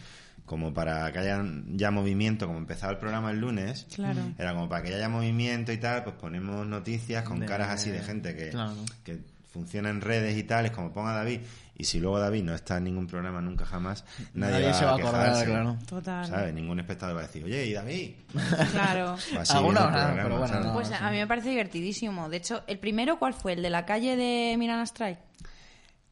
C: como para que haya ya movimiento, como empezaba el programa el lunes,
B: Claro.
C: era como para que haya movimiento y tal, pues ponemos noticias con
A: De-
C: caras así de gente que,
A: Claro.
C: que funciona en redes y tal, es como ponga David. Y si luego David no está en ningún programa nunca jamás, nadie,
A: Nadie se va a acordar,
C: quejarse,
A: claro.
B: Total.
C: ¿Sabes? Ningún espectador va a decir, oye, ¿y David?
B: Claro.
C: Va a seguir
A: Alguna
C: el
A: habrá,
C: programa,
A: ah, pero bueno,
C: ¿sabes?
A: no.
B: Pues
A: sí.
B: a mí me parece divertidísimo. De hecho, ¿el primero cuál fue? ¿El de la calle de Mirana Strike?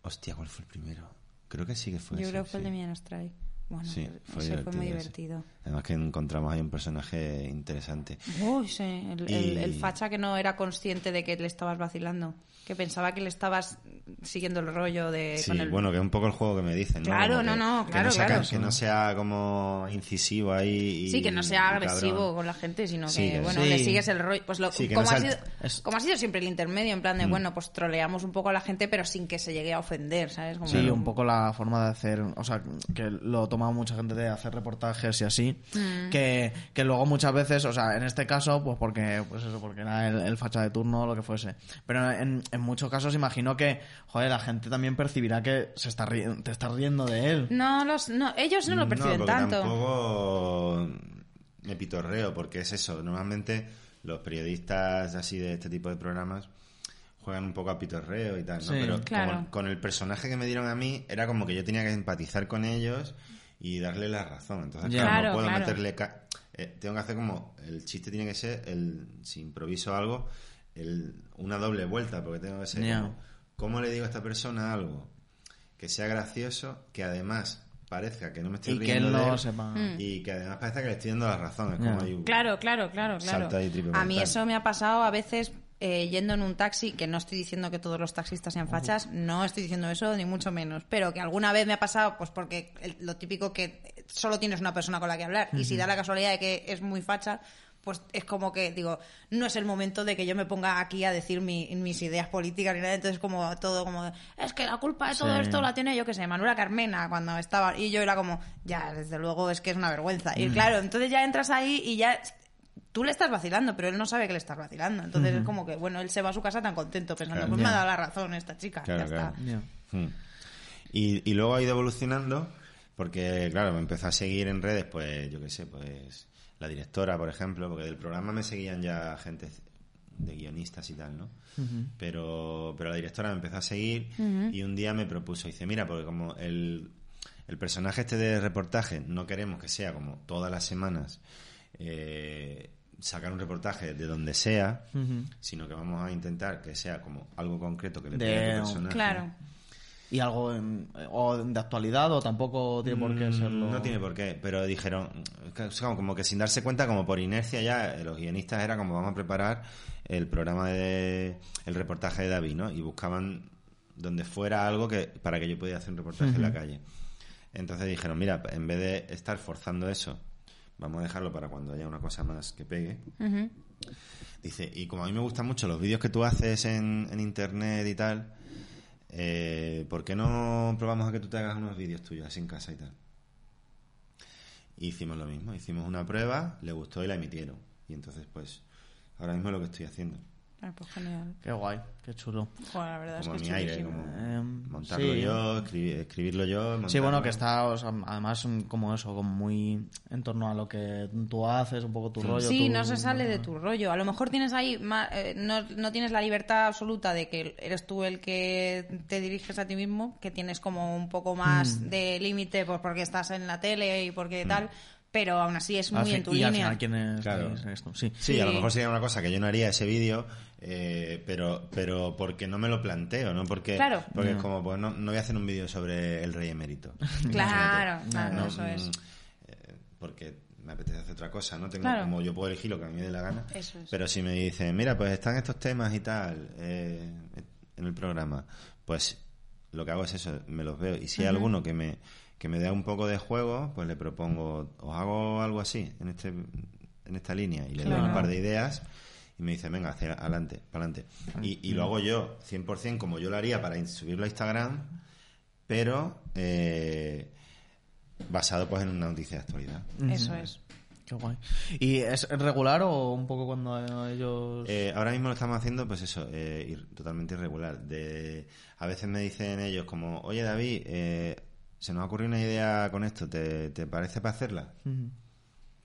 C: Hostia, ¿cuál fue el primero? Creo que sí que fue
B: Yo
C: ese,
B: creo que fue el de
C: sí.
B: Mirana Strike. Bueno,
C: Sí, fue
B: ese fue muy
C: divertido
B: divertido.
C: Además que encontramos ahí un personaje interesante.
B: Uy, sí, el, el-
C: Y-
B: el facha que no era consciente de que le estabas vacilando, que pensaba que le estabas siguiendo el rollo de
C: Sí,
B: Eh, con el
C: bueno, que es un poco el juego que me dicen, ¿no?
B: Claro,
C: Como
B: no,
C: que-
B: no,
C: que
B: claro,
C: saca-
B: claro.
C: Que no sea como incisivo ahí. y-
B: Sí, que no sea
C: y
B: agresivo
C: cabrón.
B: con la gente, sino
C: Sí,
B: que,
C: que-
B: bueno,
A: Sí.
B: le sigues el rollo. Pues lo,
C: Sí, que
B: como,
C: no Mm.
B: ha
C: sal-
B: sido,
A: es-
B: como ha sido siempre el intermedio, en plan de, bueno, pues troleamos un poco a la gente, pero sin que se llegue a ofender, ¿sabes? Como-
A: Sí, un poco la forma de hacer, o sea, que lo toma mucha gente de hacer reportajes y así, que, que luego muchas veces, o sea, en este caso, pues porque, pues eso, porque era el, el facha de turno o lo que fuese, pero en, en muchos casos imagino que, joder, la gente también percibirá que se está ri- te estás riendo de él.
B: No, los, no, ellos no lo perciben
C: porque
B: tanto.
C: Tampoco me pitorreo, porque es eso. Normalmente los periodistas así de este tipo de programas juegan un poco a pitorreo y tal, ¿no?
A: Sí.
C: Pero
B: Claro.
C: como- con el personaje que me dieron a mí, era como que yo tenía que empatizar con ellos y darle la razón. Entonces,
A: Ya.
C: claro,
B: Claro,
C: no puedo
B: claro.
C: meterle. ca- eh, tengo que hacer como. El chiste tiene que ser, el, si improviso algo, el, una doble vuelta, porque tengo que ser.
A: Ya.
C: como, ¿Cómo le digo a esta persona algo? que sea gracioso, que además parezca que no me estoy
A: Y que
C: riendo
A: él
C: de
A: no
C: él,
A: sepa.
C: y que además parezca que le estoy dando la razón. Es como
A: Ya.
C: hay un-
B: Claro, claro, claro, claro.
C: Salta ahí, triple
B: A mí
C: mortal.
B: eso me ha pasado a veces eh, yendo en un taxi, que no estoy diciendo que todos los taxistas sean fachas, no estoy diciendo eso ni mucho menos, pero que alguna vez me ha pasado, pues porque el- lo típico que solo tienes una persona con la que hablar y si da la casualidad de que es muy facha, pues es como que digo, no es el momento de que yo me ponga aquí a decir mi- mis ideas políticas ni nada, entonces como todo como es que la culpa de todo
A: Sí.
B: esto la tiene yo que sé, Manuela Carmena cuando estaba y yo era como, ya, desde luego es que es una vergüenza. Y claro, entonces ya entras ahí y ya tú le estás vacilando, pero él no sabe que le estás vacilando. Entonces es como que, bueno, él se va a su casa tan contento, pensando,
C: Claro.
B: pues me ha
A: Ya.
B: dado la razón esta chica.
C: Claro,
B: ya
C: claro.
B: está.
A: Ya.
C: Mm. Y, y luego ha ido evolucionando, porque claro, me empezó a seguir en redes, pues yo qué sé, pues la directora, por ejemplo, porque del programa me seguían ya gente de guionistas y tal, ¿no? pero, pero la directora me empezó a seguir y un día me propuso, dice, mira, porque como el, el personaje este de reportaje no queremos que sea como todas las semanas eh, sacar un reportaje de donde sea, sino que vamos a intentar que sea como algo concreto que le
A: De-
C: pegue al personaje.
B: Claro.
A: Y algo en- o de actualidad o tampoco tiene por qué
C: Mm,
A: serlo.
C: No tiene por qué, pero dijeron, que- o sea, como, que sin darse cuenta, como por inercia ya, eh, los guionistas era como vamos a preparar el programa de el reportaje de David, ¿no? Y buscaban donde fuera algo que para que yo pudiera hacer un reportaje en la calle. Entonces dijeron, mira, en vez de estar forzando eso, vamos a dejarlo para cuando haya una cosa más que pegue. Dice, y como a mí me gustan mucho los vídeos que tú haces en, en internet y tal, eh, ¿por qué no probamos a que tú te hagas unos vídeos tuyos así en casa y tal? Y hicimos lo mismo, hicimos una prueba, le gustó y la emitieron. Y entonces, pues, ahora mismo es lo que estoy haciendo.
B: Ah, pues genial.
A: Qué guay, qué chulo.
B: Joder, la verdad
C: Como
B: es que
C: mi
B: es
C: aire,
B: chulísimo.
C: como
A: Em,
C: montarlo
A: sí.
C: yo, escribi- escribirlo yo.
A: Sí,
C: montarlo.
A: bueno, que está, o sea, además, mm, como eso, como muy en torno a lo que tú haces, un poco tu rollo.
B: Sí,
A: tu-
B: no se sale de tu rollo. A lo mejor tienes ahí, ma- eh, no, no tienes la libertad absoluta de que eres tú el que te diriges a ti mismo, que tienes como un poco más
C: Mm.
B: de límite pues, porque estás en la tele y porque tal, pero aún así es
A: Al
B: muy
A: fin-
B: en tu
A: y al
B: línea.
A: final, ¿quién es,
C: Claro.
A: es esto? Sí.
C: Sí, a lo
B: Sí.
C: mejor sería una cosa que yo no haría ese vídeo, eh, pero, pero porque no me lo planteo, ¿no? Porque,
B: Claro.
C: porque
A: No.
C: es como, pues no, no voy a hacer un vídeo sobre el rey emérito.
B: Claro, claro,
C: No,
B: eso
C: mm,
B: es.
C: eh, porque me apetece hacer otra cosa, ¿no? Tengo
B: Claro.
C: como yo puedo elegir lo que a mí me dé la gana.
B: Eso es.
C: Pero si me dicen, mira, pues están estos temas y tal eh, en el programa, pues lo que hago es eso, me los veo. Y si hay alguno que me, que me da un poco de juego, pues le propongo, os hago algo así, en, este, en esta línea, y le doy
B: Claro.
C: un par de ideas. Y me dice, venga, hacia adelante, para adelante. Y, y lo hago yo, 100% como yo lo haría para in- subirlo a Instagram, pero eh, basado pues en una noticia de actualidad.
D: Eso
C: Mm.
D: es.
A: Qué guay. ¿Y es regular o un poco cuando ellos...
C: Eh, ahora mismo lo estamos haciendo, pues eso, eh, ir- totalmente irregular. De, a veces me dicen ellos como, oye David, eh, se nos ha ocurrido una idea con esto, ¿te, te parece para hacerla?
A: Ujú.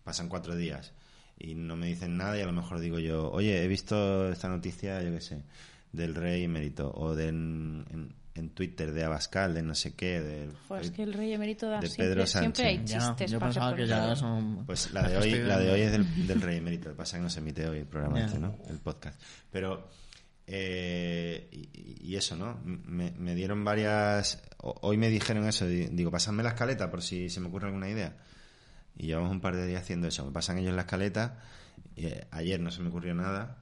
C: Pasan cuatro días y no me dicen nada y a lo mejor digo yo, oye, he visto esta noticia, yo qué sé, del rey emérito o de, en, en- en Twitter de Abascal, de no sé qué, del...
B: Pues que el rey emérito da
C: De
B: siempre,
C: Pedro
B: siempre hay
C: Sánchez.
A: Ya,
B: chistes
A: yo
B: para
A: pensaba que ya
B: contar.
A: son...
C: Pues la de
A: las que
C: hoy,
A: estoy
C: la de
A: viendo.
C: hoy es del, del Rey Emérito. Lo que pasa es que no se emite hoy el programa,
A: Ya.
C: este, ¿no? El podcast. Pero, eh, y, y eso, ¿no? Me, me dieron varias. ho- Hoy me dijeron eso. di- Digo, pasadme la escaleta por si se me ocurre alguna idea. Y llevamos un par de días haciendo eso. Me pasan ellos la escaleta. y, eh, ayer no se me ocurrió nada.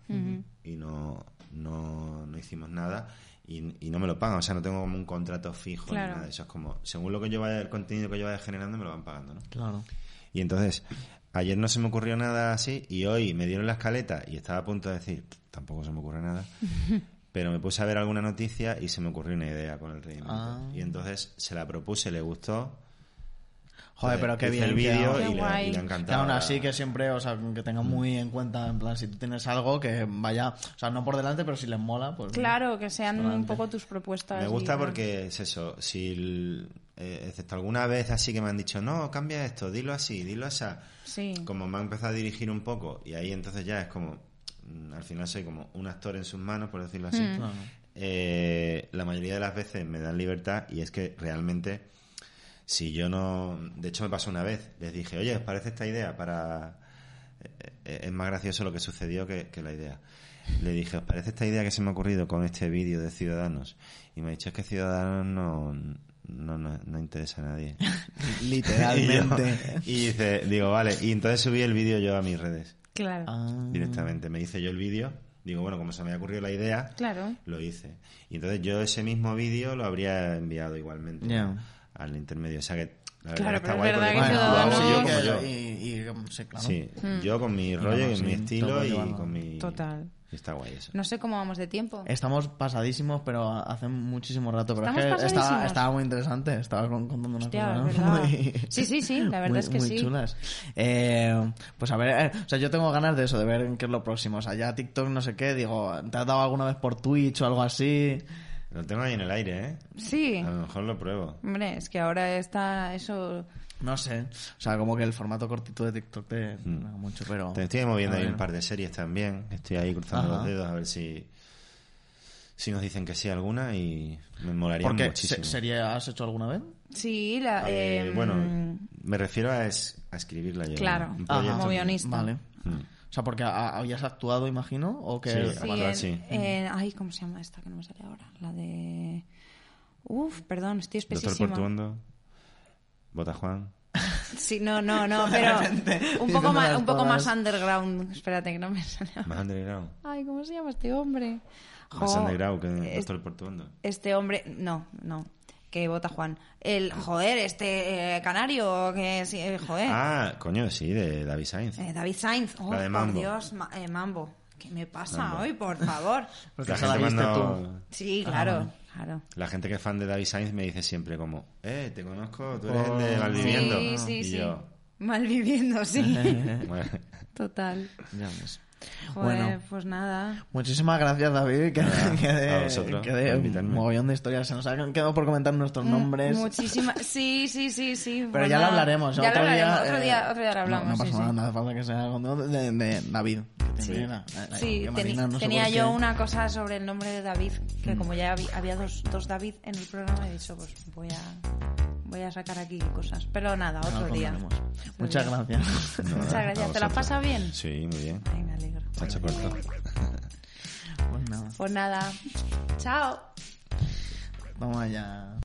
C: Y no, no, no hicimos nada. Y, y no me lo pagan. O sea, no tengo como un contrato fijo
B: Claro.
C: ni nada de eso. Es como, según lo que yo vaya, el contenido que yo vaya generando, me lo van pagando, ¿no?
A: Claro.
C: Y entonces, ayer no se me ocurrió nada así y hoy me dieron la escaleta y estaba a punto de decir, tampoco se me ocurre nada. Pero me puse a ver alguna noticia y se me ocurrió una idea con el rey. Emérito.
A: Ah.
C: Y entonces se la propuse, le gustó.
A: Joder, pero qué
C: hice
A: bien.
C: el
A: que-
C: vídeo
B: Qué
C: y, le- Mm.
B: guay.
C: y le ha
A: Que
C: encantado.
A: aún así que siempre, o sea, que tengan muy en cuenta, en plan, si tú tienes algo que vaya, o sea, no por delante, pero si les mola, pues...
B: Claro, que sean un
A: Adelante.
B: poco tus propuestas.
C: Me gusta
B: y-
C: porque es eso, si el- eh, excepto alguna vez así que me han dicho, no, cambia esto, dilo así, dilo así.
B: Sí.
C: como me ha empezado a dirigir un poco y ahí entonces ya es como mm, al final soy como un actor en sus manos por decirlo así
A: Claro.
C: Eh, la mayoría de las veces me dan libertad y es que realmente si yo no de hecho me pasó una vez les dije oye os parece esta idea para eh, eh, es más gracioso lo que sucedió que, que la idea le dije os parece esta idea que se me ha ocurrido con este vídeo de Ciudadanos y me ha dicho es que Ciudadanos no no, no, no interesa a nadie
A: Literalmente.
C: y, yo- y dice, digo, vale. Y entonces subí el vídeo yo a mis redes
B: Claro.
A: Ah.
C: directamente. Me hice yo el vídeo. Digo, bueno, como se me había ocurrido la idea,
B: Claro.
C: lo hice. Y entonces yo ese mismo vídeo lo habría enviado igualmente
A: Ya.
C: al intermedio. O sea que la verdad
B: Claro,
C: que está
B: pero
C: guay
B: es verdad
C: porque
B: que
C: bueno, lo hago
B: Ciudadanos-
C: yo como
A: sí,
C: yo.
A: que- y- y- sí, claro.
C: Sí, yo con mi rollo y
A: no,
C: con mi
A: sí, todo
C: estilo y
A: llevado.
C: con mi...
B: Total.
C: y está guay eso.
B: No sé cómo vamos de tiempo.
C: Eh,
A: Estamos pasadísimos, pero hace muchísimo rato. Pero
B: Estamos
A: es que estaba,
B: pasadísimos.
A: estaba muy interesante. Estaba con- contando unas
B: Hostia,
A: cosas
B: es verdad.
A: muy-
B: Sí, sí, sí, la verdad
A: muy-
B: es que
A: muy
B: sí.
A: chulas. Eh, pues a ver, eh, o sea, yo tengo ganas de eso, de ver qué es lo próximo. O sea, ya TikTok, no sé qué, digo, ¿te has dado alguna vez por Twitch o algo así?
C: Lo tengo ahí en el aire, ¿eh?
B: Sí.
C: A lo mejor lo pruebo.
B: Hombre, es que ahora está eso.
A: No sé. O sea, como que el formato cortito de TikTok te no mucho, pero.
C: Mm. Te estoy moviendo
A: a
C: ahí
A: ver.
C: un par de series también. Estoy ahí cruzando
A: Ajá.
C: los dedos a ver si, si nos dicen que sí alguna y me molaría
A: Porque
C: muchísimo.
A: sería, ¿has hecho alguna vez?
B: Sí, la.
C: Eh,
B: em,
C: bueno, me refiero a, es- a escribirla yo.
B: Claro.
C: Un
B: Ajá.
C: proyecto
B: Como
C: mío.
B: guionista.
A: Vale.
C: Mm.
A: O sea, porque a- habías actuado, imagino, o que.
C: Sí.
B: Sí,
C: Bueno,
B: en-
C: sí.
B: en- ay, ¿cómo se llama esta que no me sale ahora? La de. Uf, perdón, estoy
C: Doctor
B: espesísima.
C: Portuondo, Bota Juan.
B: Sí, no, no, no, pero un
A: diciendo
B: poco, más,
A: las
B: un poco más
A: todas.
B: underground. Espérate, que no me sale. ahora.
C: Más underground.
B: Ay, ¿cómo se llama este hombre?
C: Más
B: Jo,
C: underground que
B: es-
C: Doctor Portuondo.
B: Este hombre, no, no, que vota Juan. El, joder, este eh, canario, que sí, eh, joder.
C: Ah, coño, sí, de David Sainz.
B: Eh, David Sainz, oh,
C: La de Mambo.
B: por Dios, ma- eh, Mambo. ¿Qué me pasa
C: Mambo.
B: hoy, por favor?
A: Porque esa la viste tú.
B: Sí,
A: Ah,
B: claro,
A: vale.
B: claro.
C: La gente que es fan de David Sainz me dice siempre como, eh, te conozco, tú eres el de Valdiviendo.
B: Sí, sí,
C: y
B: sí.
C: yo,
B: Malviviendo, sí.
C: bueno,
B: Total.
A: Ya ves.
B: Joder,
A: Bueno.
B: pues nada.
A: Muchísimas gracias, David, que,
C: Nada,
A: que
C: a
A: de,
C: vosotros
A: que
C: por
A: de
C: invitarme.
A: mogollón de historias. Se nos ha quedado por comentar nuestros
B: Mm,
A: nombres.
B: Muchísimas. Sí, sí, sí, sí.
A: Pero ya lo hablaremos.
B: Ya
A: otro
B: lo hablaremos.
A: Día,
B: otro,
A: eh,
B: día, otro día lo
A: no-
B: hablamos.
A: No, pasa
B: sí,
A: nada,
B: sí.
A: no hace falta que sea con- de, de David. que
B: Sí,
A: tenía- eh,
B: Sí,
A: que
B: teni-
A: Marina no sé
B: tenía
A: por
B: yo
A: qué.
B: una cosa sobre el nombre de David, que como ya habí- había dos, dos David en el programa, he dicho, pues voy a, voy a sacar aquí cosas. Pero nada,
A: No,
B: otro
A: lo
B: día.
A: contaremos. Muchas
B: día.
A: gracias.
C: nada,
B: Muchas
C: a
B: gracias. ¿Te la
C: vosotros.
B: pasa bien?
C: Sí, muy bien.
B: Ay, me alegro.
C: Se ha hecho corto.
A: Pues nada,
B: Pues nada, chao.
A: vamos allá.